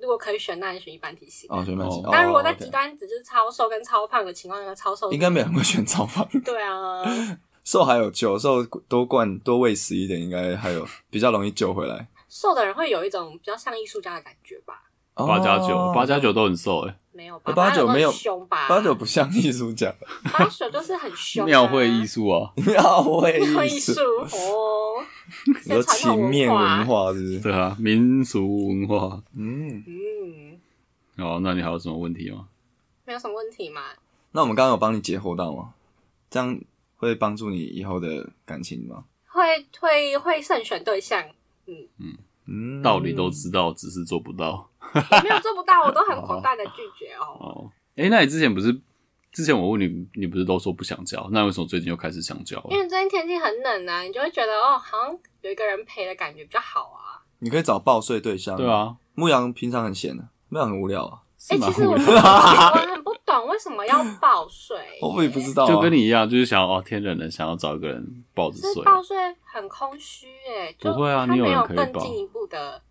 S3: 如果可以选，那你选一般体型。
S2: 哦，选蛮
S1: 哦
S2: 型。
S3: 但如果
S2: 哦
S3: 在
S2: OK
S3: 极端值就是超瘦跟超胖的情况下，超瘦
S2: 应该没有人会选超胖，
S3: 对
S2: *laughs*
S3: 啊，
S2: 瘦还有救，瘦多灌多喂食一点，应该还有比较容易救回来。
S3: 瘦的人会有一种比较像艺术家的感觉吧？
S2: 哦
S1: 八加九，八加
S2: 九，
S1: 九都很瘦哎、
S3: 没有吧？
S2: 八九
S3: 都很
S2: 没有
S3: 凶吧？
S2: 八九不像艺术家，
S3: 八九就是很凶、啊，
S1: 庙会艺术啊，
S2: 庙会
S3: 庙会
S2: 艺
S3: *laughs* 艺
S2: 术
S3: 术，哦。
S2: 你说
S3: 传统
S2: 情面
S3: 文
S2: 文
S3: 化，
S2: 化是不是？
S1: 对啊，民俗文化。
S2: 嗯，
S3: 嗯，
S1: 哦，那你还有什么问题吗？
S3: 没有什么问题嘛。
S2: 那我们刚刚有帮你解惑到吗？这样会帮助你以后的感情吗？
S3: 会会会慎选对象，
S2: 嗯，
S1: 道理都知道，只是做不到。
S3: 我没有做不到，我都很果断的拒绝哦。
S1: *laughs* 哦，哎、那你之前不是之前我问你，你不是都说不想交？那为什么最近又开始想交了
S3: 因？为最近天气很冷啊，你就会觉得哦，好像有一个人陪的感觉比较好啊。
S2: 你可以找报税对象。
S1: 对，啊，
S2: 牧羊平常很闲的，牧羊很无聊啊。
S1: 是
S3: 哎、
S1: 蛮
S3: 其实
S1: 无
S3: 我
S1: 聊
S3: 很我很不懂为什么要报税，
S2: *laughs* 我也不知道、啊，
S1: 哎就跟你一样，就是想要哦，天冷了，想要找一个人抱着
S3: 这
S1: 睡。啊
S3: 报税很空虚哎、就
S1: 不会啊
S3: 他
S1: 你有
S3: 没
S1: 人
S3: 有
S1: 可以
S3: 更
S1: 报
S3: 进一步的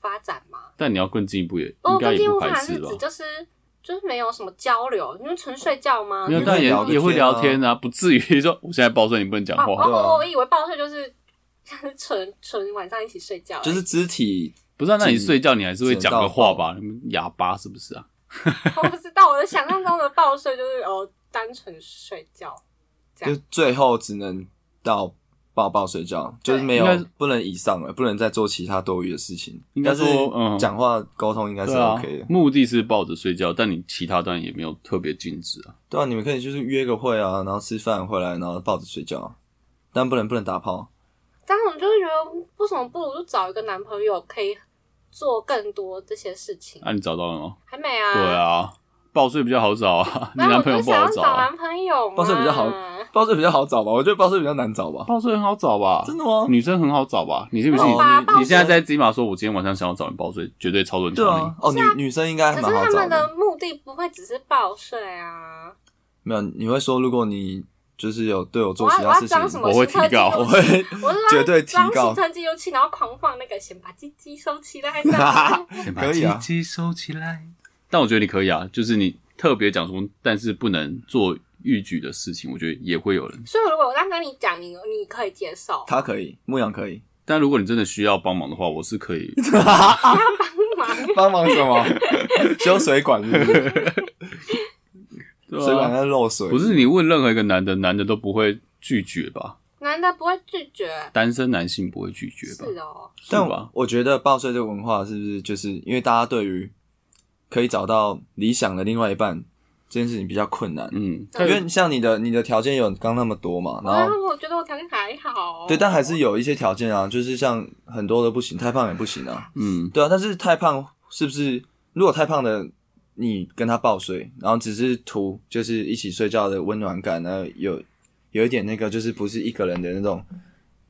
S3: 发展吗？
S1: 但你要更进一步也，
S3: 哦，
S1: 应该
S3: 更
S1: 也
S3: 进一
S1: 不
S3: 步
S1: 排
S3: 发展
S1: 斥
S3: 是
S1: 吧
S3: 指？就是就是没有什么交流，你们纯睡觉吗？
S1: 没有，
S2: 你
S1: 但
S2: 会
S1: 也
S2: 聊个
S1: 也会
S2: 天啊
S1: 聊天啊，不至于说我现在抱睡，你不能讲
S3: 哦
S1: 话。
S2: 对啊
S3: 哦，我以为报税就是。 *laughs* 就是纯纯晚上一起睡觉、哎
S2: 就是肢体，
S1: 不是、啊，那你
S2: 只
S1: 睡觉你还是会
S2: 只
S1: 讲个
S2: 到
S1: 话吧？你们哑巴是不是啊？
S3: 我不知道，我的想象中的报睡就是哦，单纯睡觉。这
S2: 就
S3: 样
S2: 最后只能到抱抱睡觉，
S3: 对
S2: 就是没
S1: 应该是
S2: 有不能以上了，不能再做其他多余的事情。
S1: 应该
S2: 但是
S1: 说嗯
S2: 讲话沟通应该是
S1: 对啊
S2: OK 的。，
S1: 目的是抱着睡觉，但你其他当然也没有特别禁止啊。
S2: 对啊，你们可以就是约个会啊，然后吃饭回来，然后抱着睡觉啊，但不能不能打炮。啊
S3: 但我就觉得，为什么不如就找一个男朋友，可以做更多这些事情？
S1: 啊，你找到了吗？
S3: 还没啊？
S1: 对。啊，抱睡比较好找
S3: *laughs*
S1: 啊，你
S3: 那
S1: 男
S3: 我
S1: 朋友
S3: 就
S1: 不
S3: 想
S1: 好
S3: 要
S1: 找、
S3: 找
S1: 啊。
S3: 男朋友嘛，
S2: 抱睡比较好抱睡比较好找吧，我觉得抱睡比较难找吧。
S1: 抱睡很好找吧？
S2: 真的吗
S1: 女生很好找吧？你信不信？
S2: 哦
S3: 吧
S2: 你
S3: 啊抱
S1: 你
S3: 睡
S1: 现在在金马说，我今天晚上想要找人抱睡，绝对超多人
S2: 对
S1: 找你。
S2: 啊，哦，女女生应该
S3: 可
S2: 蛮
S3: 是
S2: 好
S3: 他
S2: 找
S3: 们的目的不会只是报税啊！
S2: 没有，你会说如果你就是有对我做
S3: 我
S2: 其
S3: 要我
S2: 他
S3: 要
S2: 事情
S3: 装，什么
S1: 我会
S3: 行车
S1: 提告
S3: 记
S2: 我
S3: 录器？
S2: 会
S3: 我是要
S2: 绝对提
S3: 装
S2: 告
S3: 行车记录器，然后狂放那个，先把鸡鸡收起来。这
S2: *laughs*
S3: 样
S1: 先
S2: 可以啊
S1: 鸡收起来。但我觉得你可以啊，就是你特别讲说，但是不能做逾矩的事情，我觉得也会有人。
S3: 所以如果我刚跟你讲，你你可以接受 *laughs*
S2: 他可以，牧羊可以
S1: 但如果你真的需要帮忙的话，我是可
S2: *laughs*
S1: 以。
S3: 吗？
S2: 帮忙什
S3: *laughs*
S2: 么？修水管是不是？
S3: 啊
S2: 水管在漏水，
S1: 不是你问任何一个男的，男的都不会拒绝吧？
S3: 男的不会拒绝，
S1: 单身男性不会拒绝吧？
S3: 是哦。
S1: 是
S2: 但
S1: 吧？
S2: 我觉得报税这个文化是不是就是因为大家对于可以找到理想的另外一半这件事情比较困难？
S1: 嗯，
S2: 因
S3: 对
S2: 为像你的你的条件有刚那么多嘛，然
S3: 啊
S2: 后，
S3: 我觉得我条件还好。哦
S2: 对，但还是有一些条件啊，就是像很多都不行，太胖也不行啊，
S1: 嗯，
S2: 对啊，但是太胖是不是如果太胖的你跟他抱睡，然后只是图就是一起睡觉的温暖感，然后有有一点那个就是不是一个人的那种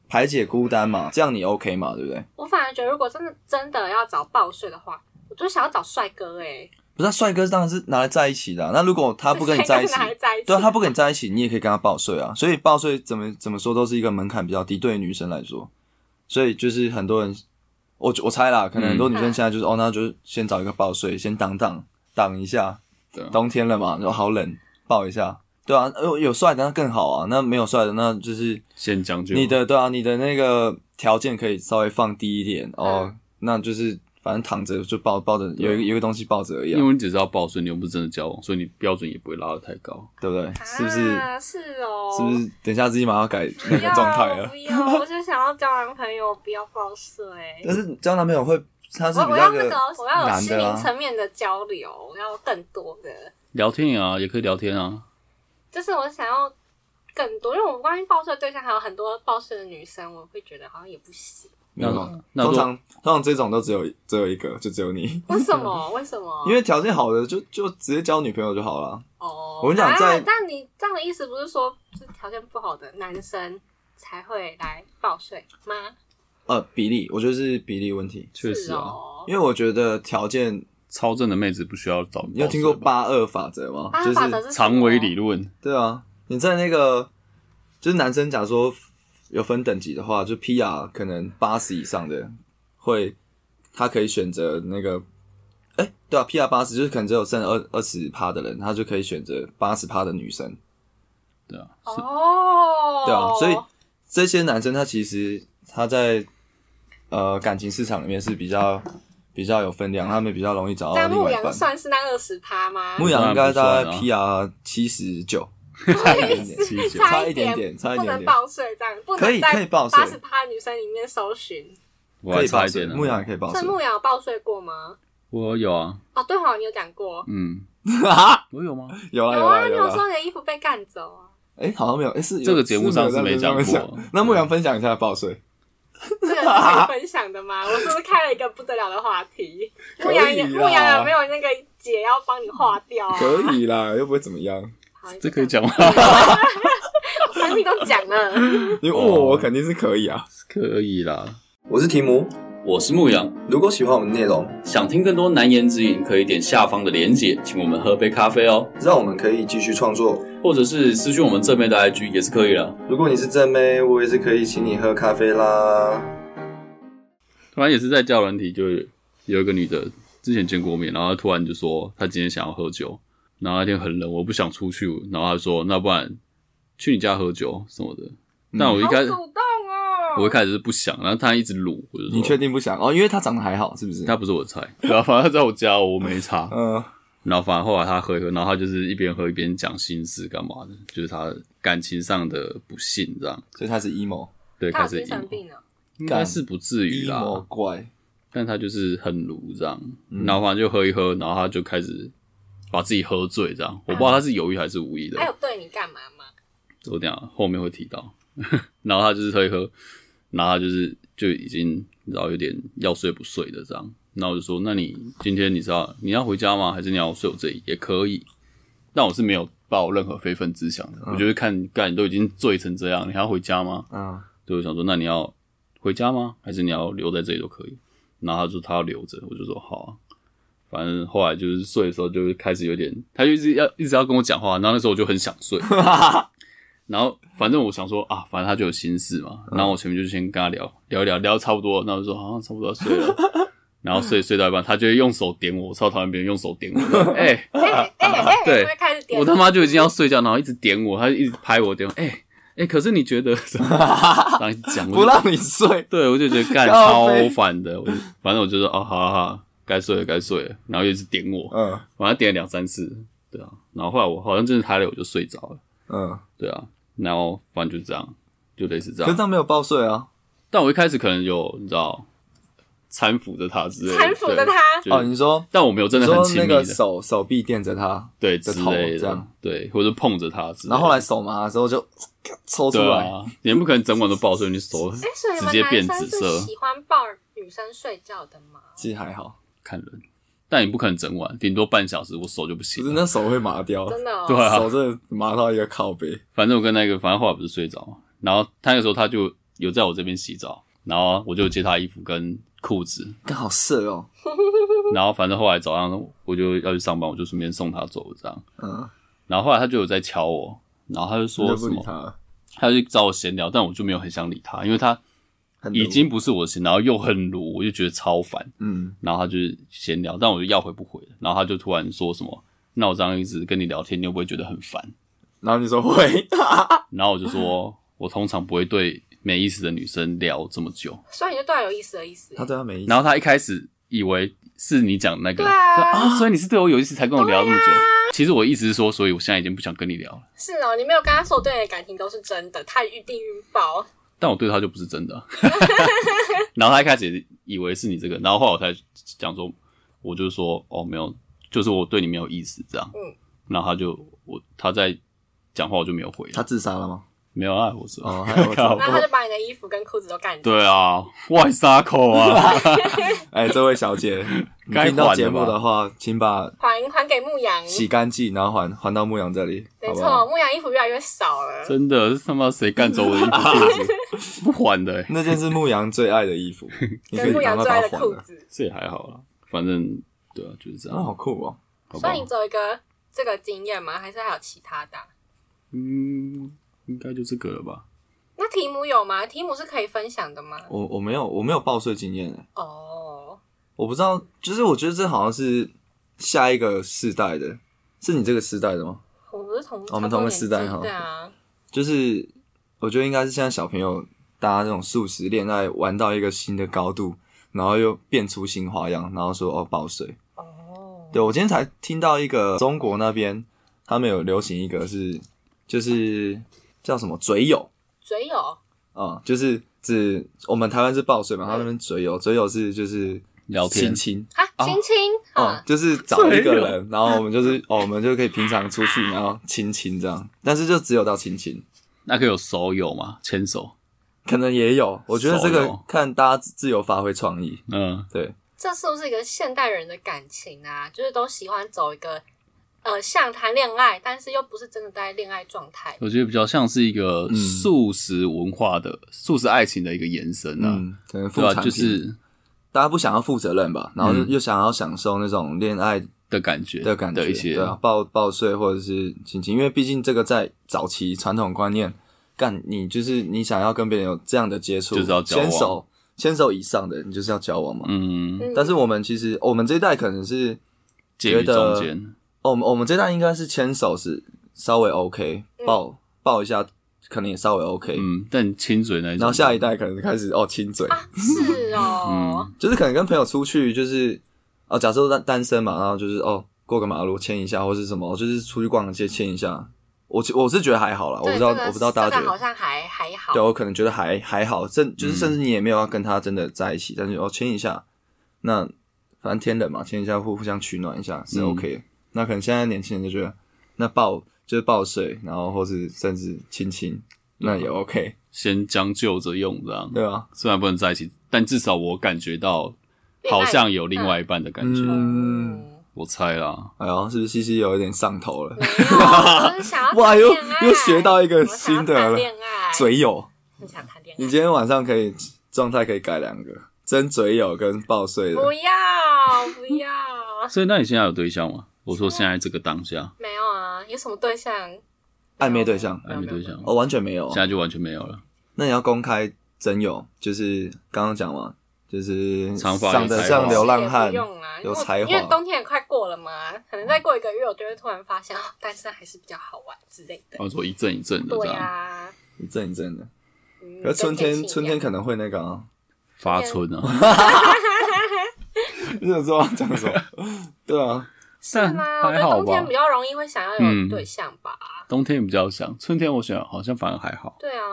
S2: 排解孤单嘛，这样你 OK 嘛，对不对？
S3: 我反而觉得，如果真的真的要找报税的话，我就想要找帅哥哎、
S2: 不是、啊，帅哥当然是拿来在一起的啊、那如果他不跟你
S3: *laughs*
S2: 在一起，
S3: 还在一起，
S2: 对啊，他不跟你在一起，你也可以跟他报税啊。所以报税怎么怎么说都是一个门槛比较低，对于女生来说。所以就是很多人，我我猜啦，可能很
S1: 嗯
S2: 多女生现在就是、哦，那就先找一个报税，先挡挡挡一下
S1: 对啊。
S2: 冬天了嘛，然后好冷，抱一下，对啊，有有帅的那更好啊，那没有帅的那就是
S1: 先将就
S2: 你的对啊，你的那个条件可以稍微放低一点哦，
S1: 嗯
S2: 那就是反正躺着就抱抱着，有一个有一个东西抱着而已、
S1: 啊因
S2: 啊，
S1: 为你只是要报税，你又不是真的交往，所以你标准也不会拉得太高。
S2: 对不对？是不是？
S3: 啊、是哦，
S2: 是不是？等一下自己马上改
S3: 不
S2: 那个
S3: 要
S2: 状态啊了
S3: 不。要，我就想要交男朋友，不要报税。
S2: *laughs* 但是交男朋友会，他是
S3: 我
S2: 比
S3: 我
S2: 较
S3: 要
S2: 一
S3: 那
S2: 个
S3: 个，哦啊我要有
S2: 男
S3: 心
S2: 的
S3: 灵
S2: 啊，
S3: 层面的交流，我要更多的，
S1: 聊天也啊，也可以聊天啊，
S3: 就是我想要更多，因为我关于报税的对象还有很多报税的女生，我会觉得好像也不行。
S2: 没有
S1: 那
S2: 啊。
S1: 那
S2: 通
S1: 如
S2: 常通常这种都只有只有一个，就只有你。
S3: 为什 *laughs* 么？为什么？
S2: 因为条件好的就就直接交女朋友就好了。
S3: 哦，
S2: 我跟你讲
S3: 啊
S2: 在
S3: 但你这样的意思不是说，就是条件不好的男生才会来报税吗？
S2: 呃，比例，我觉得是比例问题，
S1: 确
S3: 是
S1: 实啊，
S3: 哦。
S2: 因为我觉得条件，
S1: 超正的妹子不需要找。
S2: 你有听过
S1: 啊
S2: 八二法则吗？
S3: 八
S2: 就
S3: 法则
S2: 是
S3: 是
S1: 长尾理
S3: 论，
S1: 论？
S2: 对啊，你在那个就是男生，假如说有分等级的话，就 PR 可能八十以上的会，他可以选择那个，哎、对啊，PR 八十就是可能只有剩二二十趴的人，他就可以选择八十趴的女生，
S1: 对啊，
S3: 哦，
S2: 对啊，所以这些男生他其实他在呃感情市场里面是比较比较有分量，他们比较容易找到
S3: 那
S2: 另
S3: 牧
S2: 外一
S3: 羊
S2: 半。
S3: 算是那二十趴吗？
S2: 牧羊应该大概
S1: 当然不啊
S2: PR 七十九，差一点点，
S3: *laughs*
S1: 七九
S3: 差
S2: 差
S3: 一
S2: 一
S3: 点
S2: 点点，差一
S3: 不
S2: 点
S3: 能
S2: 点。
S3: 报税，这样不
S2: 呃可以
S3: 能在
S2: 可以报税
S3: 八十趴女生里面搜寻。
S1: 我
S2: 可
S1: 还
S2: 以
S1: 差
S2: 报
S1: 一
S2: 税，
S1: 点呢。啊
S2: 牧羊也可以报
S3: 所以
S2: 税。
S3: 牧羊有报税过吗？
S1: 我有啊，
S3: 哦，对好，你有讲过。
S2: *laughs*
S1: 嗯，我有吗？
S2: 有啦
S3: 有
S2: 啦
S3: 啊，你
S2: 有
S3: 有说
S2: 啦。
S3: 你的衣服被干走啊？
S2: 哎、好像没有，哎、是有
S1: 这个节目上
S2: 是
S1: 是没讲过嗯
S2: 是没有讲那牧羊分享一下报税，
S3: 这个是可以分享的
S2: *laughs*
S3: 吗？我是不是开了一个不得了的话题？
S2: 可
S3: 牧
S2: 以啦啊
S3: 羊有牧羊有没有那个姐要帮你化掉啊？
S2: 可以
S3: *laughs*
S2: 啦，又不会怎么样。
S3: 好，你
S1: 这
S3: 就
S1: 可以讲吗？
S3: *laughs*
S1: *laughs*
S3: 我三弟都讲了。
S2: 你问
S1: 哦
S2: 我，我肯定是可以啊。
S1: 可以啦。
S2: 我是提姆，
S1: 我是牧羊，
S2: 如果喜欢我们的内容，
S1: 想听更多难言之隐，可以点下方的连结，请我们喝杯咖啡哦，
S2: 让我们可以继续创作。
S1: 或者是私讯我们正面的 IG 也是可以的。
S2: 如果你是正妹，我也是可以请你喝咖啡
S1: 嗯
S2: 啦。
S1: 突然也是在教软体，就有一个女的之前见过面，然后她突然就说她今天想要喝酒，然后那天很冷，我不想出去，然后她说那不然去你家喝酒什么的。但
S2: 嗯
S1: 我一
S3: 好
S1: 开始、
S3: 主动哦！
S1: 我一开始是不想，然后她一直撸，我就说
S2: 你确定不想哦？因为他长得还好，是不是？
S1: 她不是我的菜，然后反正她在我家我没差，
S3: 哦
S2: 嗯、
S1: 然后反正后来他喝一喝，然后他就是一边喝一边讲心事干嘛的，就是他感情上的不幸这样。
S2: 所以他是 emo
S1: 对，
S3: 他
S1: 开
S3: 有
S1: 始
S3: 精
S1: emo
S3: 神病啊了，
S1: 应该是不至于啦，
S2: emo 怪，
S1: 但他就是很鲁这样，
S2: 嗯
S1: 然后反正就喝一喝，然后他就开始把自己喝醉这样。我不知道他是有意还是无意的，
S3: 他有对你干嘛
S2: *laughs*
S3: 吗？
S1: 我等一下后面会提到。 *laughs* 然后他就是喝一喝，然后他就是就已经你知道有点要睡不睡的这样。那我就说，那你今天你知道你要回家吗？还是你要睡我这里也可以？但我是没有抱任何非分之想的，我就是看干你都已经醉成这样，你还要回家吗？
S2: 嗯，
S1: 对，我想说，那你要回家吗？还是你要留在这里都可以？然后他说他要留着，我就说好啊。反正后来就是睡的时候，就是开始有点，他就一直要一直要跟我讲话，然后那时候我就很想
S2: *laughs*
S1: 睡，然后反正我想说啊，反正他就有心事嘛，
S2: 嗯
S1: 然后我前面就先跟他聊聊一聊，聊得差不多了，那我就说好像、差不多要睡了，然后睡睡到一半，他就会用手点我，我超讨厌别人用手点我，哎、
S2: *laughs*
S3: 哎哎哎，
S1: 对
S3: 他会开始点
S1: 我他妈就已经要睡觉，然后一直点我，他就一直拍我点我，哎、哎、可是你觉得什
S2: *laughs*
S1: 么？然后一直讲我就
S2: 不让你睡，
S1: *laughs* 对，我就觉得干
S2: 靠
S1: 超
S2: 背
S1: 烦的，我就反正我就说哦，好好好，该睡了该睡了，然后一直点我，
S2: 嗯
S1: 反正点了两三次，对啊，然后后来我好像真的太累，我就睡着了，
S2: 嗯，
S1: 对啊，然后反正就这样，就类似这
S2: 可是
S1: 样，
S2: 他没有报税啊。
S1: 但我一开始可能有你知道搀扶着他之类的，
S3: 搀扶着
S1: 对
S3: 他，
S1: 就
S2: 哦，你说
S1: 但我没有真的
S2: 你
S1: 很
S2: 说
S1: 亲
S2: 那
S1: 密的
S2: 个，手手臂垫着他，
S1: 对
S2: 的
S1: 之
S2: 头
S1: 类
S2: 这
S1: 的
S2: 样，
S1: 对，或者碰着他之类的，
S2: 然后后来手麻的时候就抽出
S1: 对
S2: 来，
S1: 啊，你也不可能整晚都抱着你手
S3: 哎，所以你
S1: 直
S3: 们
S1: 接变
S3: 男
S1: 紫
S3: 生
S1: 色
S3: 是，喜欢抱女生睡觉的吗？
S2: 其实还好。
S1: 看人，但你不可能整晚，顶多半小时，我手就不
S2: 不
S1: 行
S2: 是
S1: 了。
S2: 那手会麻掉，
S3: 真的、哦，
S1: *laughs* 对啊
S2: 手真的麻到一个靠背。
S1: 反正我跟那个，反正后来不是睡着嘛，然后他那个时候他就有在我这边洗澡，然后我就借他衣服跟裤子，
S2: 刚好色哦，
S1: 然后反正后来早上我就要去上班，我就顺便送他走这样。
S2: 嗯，
S1: 然后后来他就有在敲我，然后他就
S2: 我
S1: 说
S2: 就
S1: 什
S2: 不理
S1: 么，
S2: 他了，
S1: 他就找我闲聊，但我就没有很想理他，因为他
S2: 很
S1: 已
S2: 毒
S1: 经不是我的心，然后又很鲁，我就觉得超烦。
S2: 嗯，
S1: 然后他就是闲聊，但我就要回不回了。然后他就突然说什么：“那我这样一直跟你聊天，你会不会觉得很烦
S2: 然后你
S1: *laughs*
S2: 说会，？”
S1: 然后我就说：“我通常不会对没意思的女生聊这么久。
S3: 所以你就对他有意思的意思。
S2: 他对他没意”思
S1: 然，后他一开始以为是你讲那个，
S3: 对啊
S1: 说啊，所以你是对我有意思才跟我聊这么久。其实我一直是说，所以我现在已经不想跟你聊了。
S3: 是哦，你没有跟他说我对你的感情都是真的，他一定晕
S2: 哦
S3: 爆。
S1: 但我对他就不是真的啊。 *laughs* 然后他一开始以为是你这个，然后后来我才讲说，我就说哦没有，就是我对你没有意思这样。
S3: 嗯，
S1: 然后他就我他在讲话我就没有回了，
S2: 他自杀了吗？
S1: 没有爱我是吧？ *laughs*
S2: 哦还有我知道
S3: 然后他就把你的衣服跟裤子都干掉。
S1: 对啊，外撒口啊，
S2: 哎，这位小姐，你
S1: 该
S2: 听到
S1: 还
S2: 节
S1: 的吧
S2: 目的话，请把
S3: 还还给牧羊，
S2: 洗干净，然后还还到牧羊这里，
S3: 没
S2: 好不
S3: 错，
S2: 好？
S3: 牧羊衣服越来越少了。
S1: 真的是他妈谁干走我的衣服裤子，不还的、欸，
S2: 那件是牧羊最爱的
S1: *laughs*
S2: 衣服，你可
S3: 跟
S2: 以
S3: 牧
S2: 帮
S3: 羊
S2: 他
S3: 最
S2: 把
S3: 爱
S2: 它
S3: 的
S2: 还
S3: 裤
S2: 了。
S3: 子，
S1: 这也还好啦，反正对啊，就是这
S2: 啊，
S1: 样，
S2: 好酷哦！
S1: 好不
S3: 所
S1: 好
S3: 以你？只有一个这个经验吗？还是还有其他的啊？
S1: 嗯，应该就这个了吧？
S3: 那题目有吗？题目是可以分享的吗？
S2: 我我没有我没有报税经验哎，
S3: 哦，
S2: 我不知道，就是我觉得这好像是下一个世代的，是你这个世代的吗？
S3: 我不是同
S2: 哦我们同个时代哈
S3: 对啊，
S2: 就是我觉得应该是现在小朋友大家这种素食恋爱玩到一个新的高度，然后又变出新花样，然后说哦爆水。
S3: 哦，
S2: 对我今天才听到一个中国那边他们有流行一个是就是叫什么嘴友
S3: 嘴有
S2: 啊、就是指我们台湾是爆水嘛，他们那边嘴友，嘴友是就是
S1: 聊天
S2: 亲亲。
S3: 啊，
S2: 啊
S3: 亲亲
S2: 哦
S1: 嗯
S3: 啊，，
S2: 就是找一个
S1: 嘴
S2: 人，然后我们就是哦，我们就可以平常出去，然后亲亲这样，但是就只有到亲亲，
S1: 那个有手有吗？牵手，
S2: 可能也有，我觉得这
S1: 手
S2: 个
S1: 游
S2: 看大家自自由发挥创意。
S1: 嗯，
S2: 对，
S3: 这是不是一个现代人的感情啊？就是都喜欢走一个呃像谈恋爱，但是又不是真的在恋爱状态。
S1: 我觉得比较像是一个
S2: 嗯
S1: 素食文化的、素食爱情的一个延伸啊，
S2: 嗯，可能副
S1: 对吧、
S2: 产品
S1: 就是
S2: 大家不想要负责任吧，然后就
S1: 嗯
S2: 又想要享受那种恋爱
S1: 的感觉
S2: 的感觉，
S1: 的一些
S2: 对啊，报报税或者是亲亲，因为毕竟这个在早期传统观念，干你就是你想要跟别人有这样的接触，
S1: 就是要交往
S2: 牵手牵手以上的，你就是要交往嘛。
S1: 嗯，
S3: 嗯
S2: 但是我们其实我们这一代可能是，
S1: 介于
S2: 觉得
S1: 中间，
S2: 哦，我们我们这一代应该是牵手是稍微 OK，
S3: 嗯
S2: 抱抱一下可能也稍微 OK，
S1: 嗯，但亲嘴那一种，
S2: 然后下一代可能开始哦亲嘴，
S3: 啊，是哦，
S2: 就是可能跟朋友出去，就是哦，假设单单身嘛，然后就是哦过个马路牵一下，或是什么，就是出去逛个街牵一下。我其我是觉得还好啦，我
S3: 对
S2: 不知道
S3: 这个
S2: 嗯我不知道大家
S3: 这
S2: 觉
S3: 个好
S2: 得，
S3: 像还还好
S2: 对。我可能觉得还还好，甚就是
S1: 嗯
S2: 甚至你也没有要跟他真的在一起，但是哦牵一下，那反正天冷嘛，牵一下互互相取暖一下是
S1: 嗯
S2: OK 的。那可能现在年轻人就觉得，那抱就是抱睡，然后或是甚至亲亲，那也 OK，
S1: 先将就着用这样，
S2: 对啊吧、
S1: 虽然不能在一起，但至少我感觉到
S3: 恋爱
S1: 好像有另外一半的感觉，
S2: 嗯
S3: 嗯，
S1: 我猜啦，
S2: 哎呦，是不是西西有一点上头
S3: *laughs*
S2: 了？
S3: 没有，我是想要
S2: *laughs* 哇
S3: 谈
S2: 又
S3: 恋爱
S2: 又学到一个
S3: 我想要
S2: 新的
S3: 谈
S2: 了
S3: 恋爱，
S2: 嘴友。
S3: 很想谈恋
S2: 你
S3: 爱，
S2: 今天晚上可以状态可以改两个，真嘴友跟爆睡
S3: 不
S2: 的。
S3: 要不要，
S1: 所以那你现在有对象吗？我说现在这个当下
S3: 没有啊，有什么对象？
S2: 暧昧对象
S3: 没
S1: 还
S3: 有
S1: 没对象，
S2: 哦，完全没有
S1: 现。在就完全没有了，
S2: 那你要公开真友，就是刚刚讲嘛，就是
S1: 长发
S2: 长
S1: 有
S2: 得
S1: 才
S2: 像
S1: 华
S2: 流浪汉
S3: 也不，用啦，因为
S2: 有才华
S3: 因为冬天也快过了嘛，可能再过一个月，我就会突然发现，哦，单身还是比较好玩之类的。
S2: 哦
S1: 或者哦说一阵一阵的这
S3: 对啊
S1: 样、
S3: 呀，
S2: 一阵一阵的。
S3: 嗯
S2: 可是春
S3: 跟
S2: 天
S3: 天气一样
S2: 春天可能会那个啊， *laughs*
S1: 发春啊。
S2: 你怎么知道我讲什么？
S3: *laughs*
S2: 对啊，
S1: 是
S3: 是吗？啊我觉得冬天比较容易会想要有
S1: 嗯
S3: 对象吧。
S1: 冬天比较想，春天我想好像反而还好。
S3: 对啊，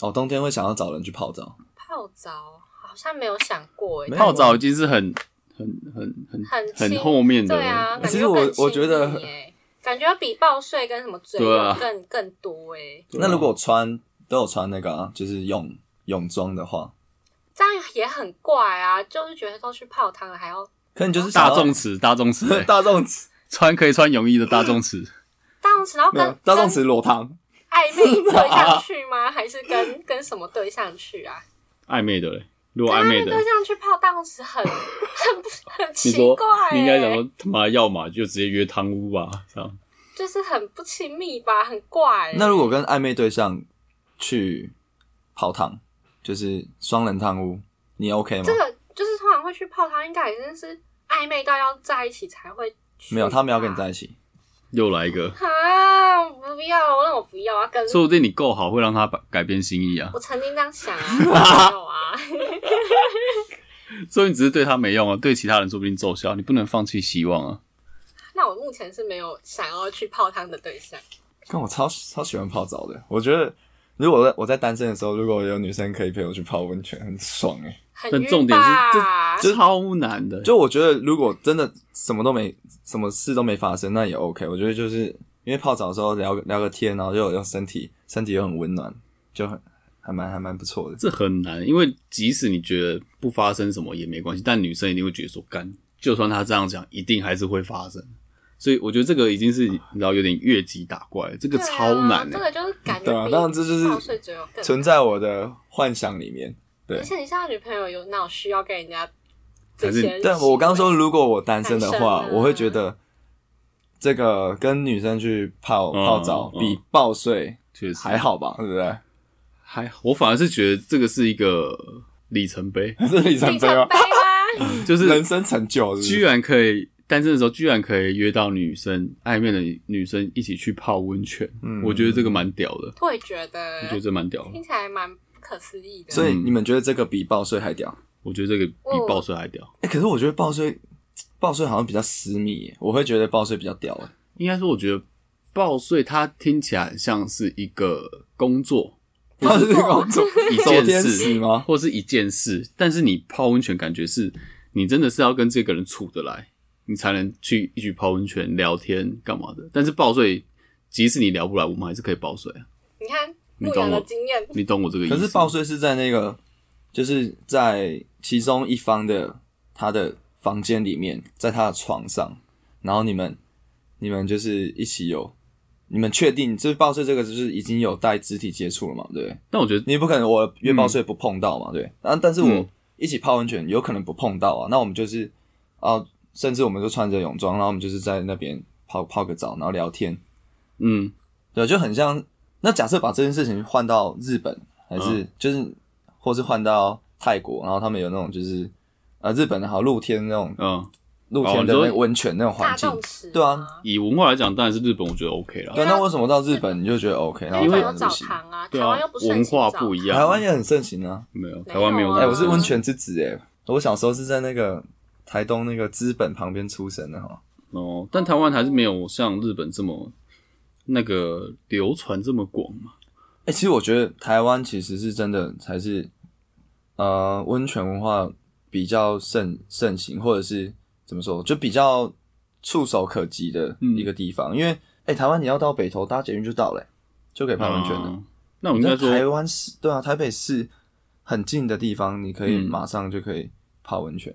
S2: 哦，冬天会想要找人去泡澡，
S3: 泡澡啊好像没有想过哎
S2: 没，有
S1: 泡澡已经是很很很很
S3: 很
S1: 很
S3: 亲
S1: 后面的
S3: 对啊，
S2: 哎其实我
S3: 感
S2: 我觉得
S3: 更亲密欸感觉比报税跟什么嘴
S1: 对啊
S3: 有更更多哎，
S1: 对啊
S2: 那如果穿都有穿那个啊，就是泳泳装的话，
S3: 这样也很怪啊，就是觉得都去泡汤了还要
S2: 可你就是想要
S1: 大众词，大众词、欸
S2: *laughs* 大众词
S3: 哦
S1: 穿可以穿泳衣的大众词，
S3: 大众词，然后
S2: 没有
S3: 跟
S2: 大众
S3: 跟
S2: 词裸汤，
S3: 暧昧对象
S1: *laughs*
S3: 去吗？还是跟跟什么对象去啊？
S1: 暧昧的嘞。如果
S3: 暧
S1: 暧昧
S3: 昧
S1: 的，
S3: 对象去泡大众词很 *laughs* 很不很
S1: 你
S3: 奇
S1: 说
S3: 怪、欸，
S1: 你应该想说他妈要嘛就直接约汤屋吧，这样
S3: 就是很不亲密吧，很怪、欸。
S2: 那如果跟暧昧对象去泡汤，就是双人汤屋，你 OK 吗？
S3: 这个就是通常会去泡汤，应该也真是暧昧到要在一起才会去吧。
S2: 没有，他们要跟你在一起。
S1: 又来一个，
S3: 啊！我不要，那我不要啊！跟
S1: 说不定你够好会让他改改变心意啊，
S3: 我曾经这样想啊，没有啊， *laughs*
S1: 所以你只是对他没用啊，对其他人说不定奏效，你不能放弃希望啊。
S3: 那我目前是没有想要去泡汤的对象。
S2: 看我超超喜欢泡澡的，我觉得如果我在我在单身的时候，如果有女生可以陪我去泡温泉，很爽哎、
S3: 很
S1: 但
S3: 晕
S1: 重点是
S3: 吧
S1: 超难的，
S2: 就我觉得如果真的什么都没，什么事都没发生，那也 OK。我觉得就是因为泡澡的时候聊个聊个天，然后又有身体身体又很温暖，就很还蛮还蛮不错的。
S1: 这很难，因为即使你觉得不发生什么也没关系，但女生一定会觉得说干，就算他这样讲，一定还是会发生。所以我觉得这个已经是你知道有点越级打怪，这个
S3: 对啊
S1: 超难欸
S3: 这
S1: 的、
S3: 个就是感觉
S2: 对啊
S3: 比
S2: 当然这就是
S3: 泡水只有更
S2: 存在我的幻想里面。对
S3: 而且你现在女朋友有那种需要跟人家这
S1: 还是
S3: 些，
S2: 但我刚说，如果我单身的话，
S3: 单身啊
S2: 我会觉得这个跟女生去泡
S1: 嗯
S2: 泡澡
S1: 嗯
S2: 比抱睡
S1: 确实
S2: 还好吧，对不对？ *laughs*
S1: 还好，我反而是觉得这个是一个里程碑，
S2: 这是里程
S3: 里
S2: 碑
S3: 程
S2: 吗？
S3: 碑
S1: *laughs*
S3: 啊，
S1: 就是
S2: 人生成就，是不
S1: 居
S2: 是
S1: 然可以单身的时候，居然可以约到女生暧昧的女生一起去泡温泉，
S2: 嗯
S1: 我觉得这个蛮屌的，
S3: 我也觉得
S1: 我觉得这蛮屌的
S3: 听，起来蛮不可思议的。
S2: 所以
S1: 嗯
S2: 你们觉得这个比报税还屌？
S1: 我觉得这个
S3: 哦
S1: 比报税还屌。
S2: 哎、可是我觉得报税，报税好像比较私密耶，我会觉得报税比较屌耶。
S1: 应该说，我觉得报税它听起来很像是一个工作，
S2: 报税工作，
S1: 一
S2: 走
S1: 件
S2: 天
S1: 事
S2: 使吗？
S1: 或是一件事，但是你泡温泉感觉是你真的是要跟这个人处得来，你才能去一起泡温泉聊天干嘛的。但是报税，即使你聊不来，我们还是可以报税啊。
S3: 你看
S1: 你
S3: 牧
S1: 懂
S3: 羊的
S1: 我
S3: 经验，
S1: 你懂我这个意思？
S2: 可是报税是在那个，就是在其中一方的他的房间里面，在他的床上，然后你们你们就是一起有，你们确定就是报税这个就是已经有带肢体接触了嘛？对不对？
S1: 但我觉得
S2: 你也不可能我约报税不碰到嘛，对。然、后但是我
S1: 嗯
S2: 一起泡温泉有可能不碰到啊，那我们就是啊，甚至我们就穿着泳装，然后我们就是在那边泡泡个澡，然后聊天，
S1: 嗯，
S2: 对，就很像。那假设把这件事情换到日本，还是、
S1: 嗯
S2: 就是，或是换到泰国，然后他们有那种就是，呃，日本的好露天那种
S1: 嗯，
S2: 露天的
S1: 你说
S2: 那个温泉那种环
S3: 大
S2: 境，
S3: 众池
S2: 对啊
S3: 吗，
S1: 以文化来讲，当然是日本，我觉得 OK 啦。
S2: 对，那为什么到日本你就觉得 OK，然后
S3: 因为
S2: 台
S3: 有
S2: 湾不
S3: 澡
S2: 行？
S3: 堂啊，
S1: 对
S3: 台
S1: 啊
S3: 湾又不，盛
S1: 文
S3: 行
S1: 化
S3: 澡
S1: 不一样。
S2: 台湾也很盛行啊，
S1: 没有，
S3: 没有啊
S1: 台湾没有
S2: 哎、
S1: 这个。
S2: 我是温泉之子哎、我小时候是在那个台东那个资本旁边出生的哈。
S1: 哦，但台湾还是没有像日本这么那个流传这么广嘛。
S2: 哎、其实我觉得台湾其实是真的才是，呃，温泉文化比较盛盛行，或者是怎么说，就比较触手可及的
S1: 嗯
S2: 一个地方。因为哎、欸台湾你要到北投搭捷运就到了欸、就可以泡温泉的。
S1: 啊那我应该
S2: 在台
S1: 说，
S2: 湾市对啊，台北市很近的地方，你可以
S1: 嗯
S2: 马上就可以泡温泉。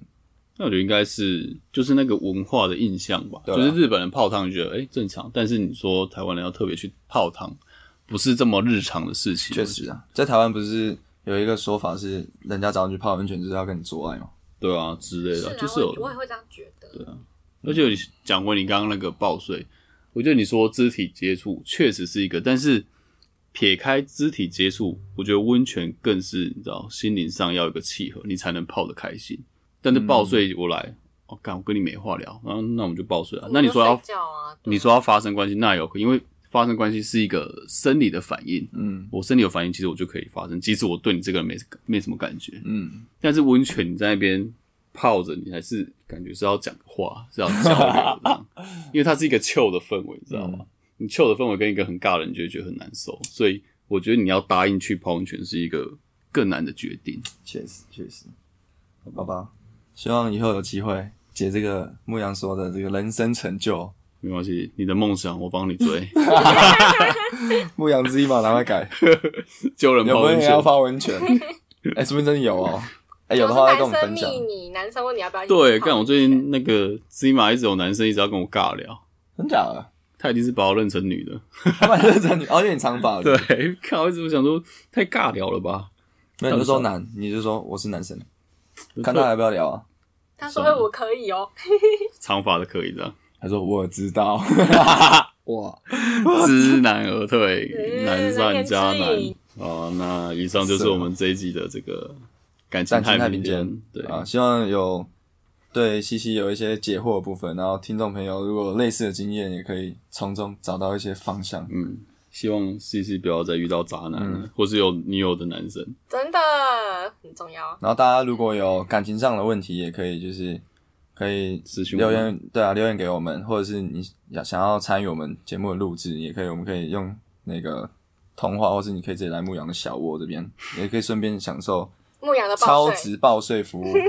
S1: 那我觉得应该是就是那个文化的印象吧，
S2: 对啊
S1: 就是日本人泡汤就觉得哎、正常，但是你说台湾人要特别去泡汤，不是这么日常的事情。
S2: 确实啊，在台湾不是有一个说法是，人家找你去泡温泉就是要跟你做爱吗？
S1: 对啊之类
S3: 是
S1: 的，
S3: 啊，
S1: 就是
S3: 我
S1: 有啊
S3: 也我也会这样觉得。
S1: 而且讲回你刚刚那个报税，我觉得你说肢体接触确实是一个，但是撇开肢体接触，我觉得温泉更是你知道心灵上要有一个契合，你才能泡得开心。但是报税我来，我、干、我跟你没话聊，然后那我们就报税啊。那你说
S3: 我
S1: 要
S3: 就睡觉啊？对
S1: 你说要发生关系，那有因为发生关系是一个生理的反应，
S2: 嗯
S1: 我生理有反应，其实我就可以发生，即使我对你这个人没没什么感觉，
S2: 嗯，
S1: 但是温泉你在那边泡着，你还是感觉是要讲话，是要交流这样，因为它是一个 chill 的氛围，你知道吗？你 chill 的氛围跟一个很尬的人，你就会觉得很难受。所以我觉得你要答应去泡温泉是一个更难的决定。
S2: 确实确实，好吧，希望以后有机会解这个牧羊说的这个人生成 *laughs* 就，
S1: 没关系，你的梦想我帮你追，
S2: 牧羊 *laughs* 之一嘛，拿来改，
S1: 救人
S2: 有
S1: 泡
S2: 没有
S1: 温
S2: 人
S1: 泉
S2: *laughs* 要泡温泉？哎、说不定真的有哦，哎，有
S3: 总
S2: 的
S3: 是
S2: 话再
S3: 男
S2: 跟我们
S3: 生
S2: 分享。
S3: 密你，男生问你要不要一起
S1: 对，
S3: 泡
S1: 干我最
S3: 温泉
S1: 近那个芝麻一直有男生一直要跟我尬聊，
S2: 真假的？
S1: 他已经是把我认成女的。
S2: 他蛮认真的，而且你长发，，
S1: 对，看我一直我想说太尬聊了吧？
S2: 那你就说男，你就说我是男生，看
S1: 就
S2: 他要不要聊啊？
S3: 他说：“哎，我可以哦。
S1: 长发的可以这样，
S2: 他说我知道，哇，
S1: *laughs* 知难而退
S3: 嗯，
S1: 难上加
S3: 难言之
S1: 难
S3: 隐。
S1: 好，那以上就是我们这一季的这个感情
S2: 感情太
S1: 民
S2: 民间，
S1: 对，
S2: 啊，希望有对西西有一些解惑的部分，然后听众朋友如果有类似的经验，也可以从中找到一些方向。
S1: 嗯，希望 C C 不要再遇到渣男
S2: 嗯
S1: 了，或是有女友的男
S2: *laughs*
S1: 生。”
S3: 真的很重要。啊
S2: 然后大家如果有感情上的问题，也可以就是可以
S1: 私讯我
S2: 留
S1: 们
S2: 言，对啊，留言给我们，或者是你想想要参与我们节目的录制，也可以，我们可以用那个通话，或是你可以直接来牧羊的小窝这边，也可以顺便享受
S3: 牧羊的报
S2: 超
S3: 税，
S2: 值报税服务。 *laughs*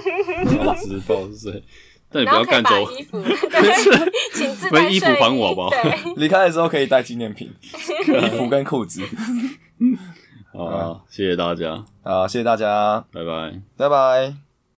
S1: 超值报税，但你
S3: 然
S1: 不要
S3: 后可以
S1: 干
S3: 把
S1: 走，
S3: 衣服，对，
S1: *laughs*
S3: 请自带
S1: 不
S3: 睡
S1: 是衣服还我好不好
S3: 对，
S2: 离开的时候可以带纪念
S3: *laughs*
S2: 品、衣服跟裤子。
S1: 好啊，谢谢大家，
S2: 好，谢谢大家，
S1: 拜拜。
S2: 拜拜。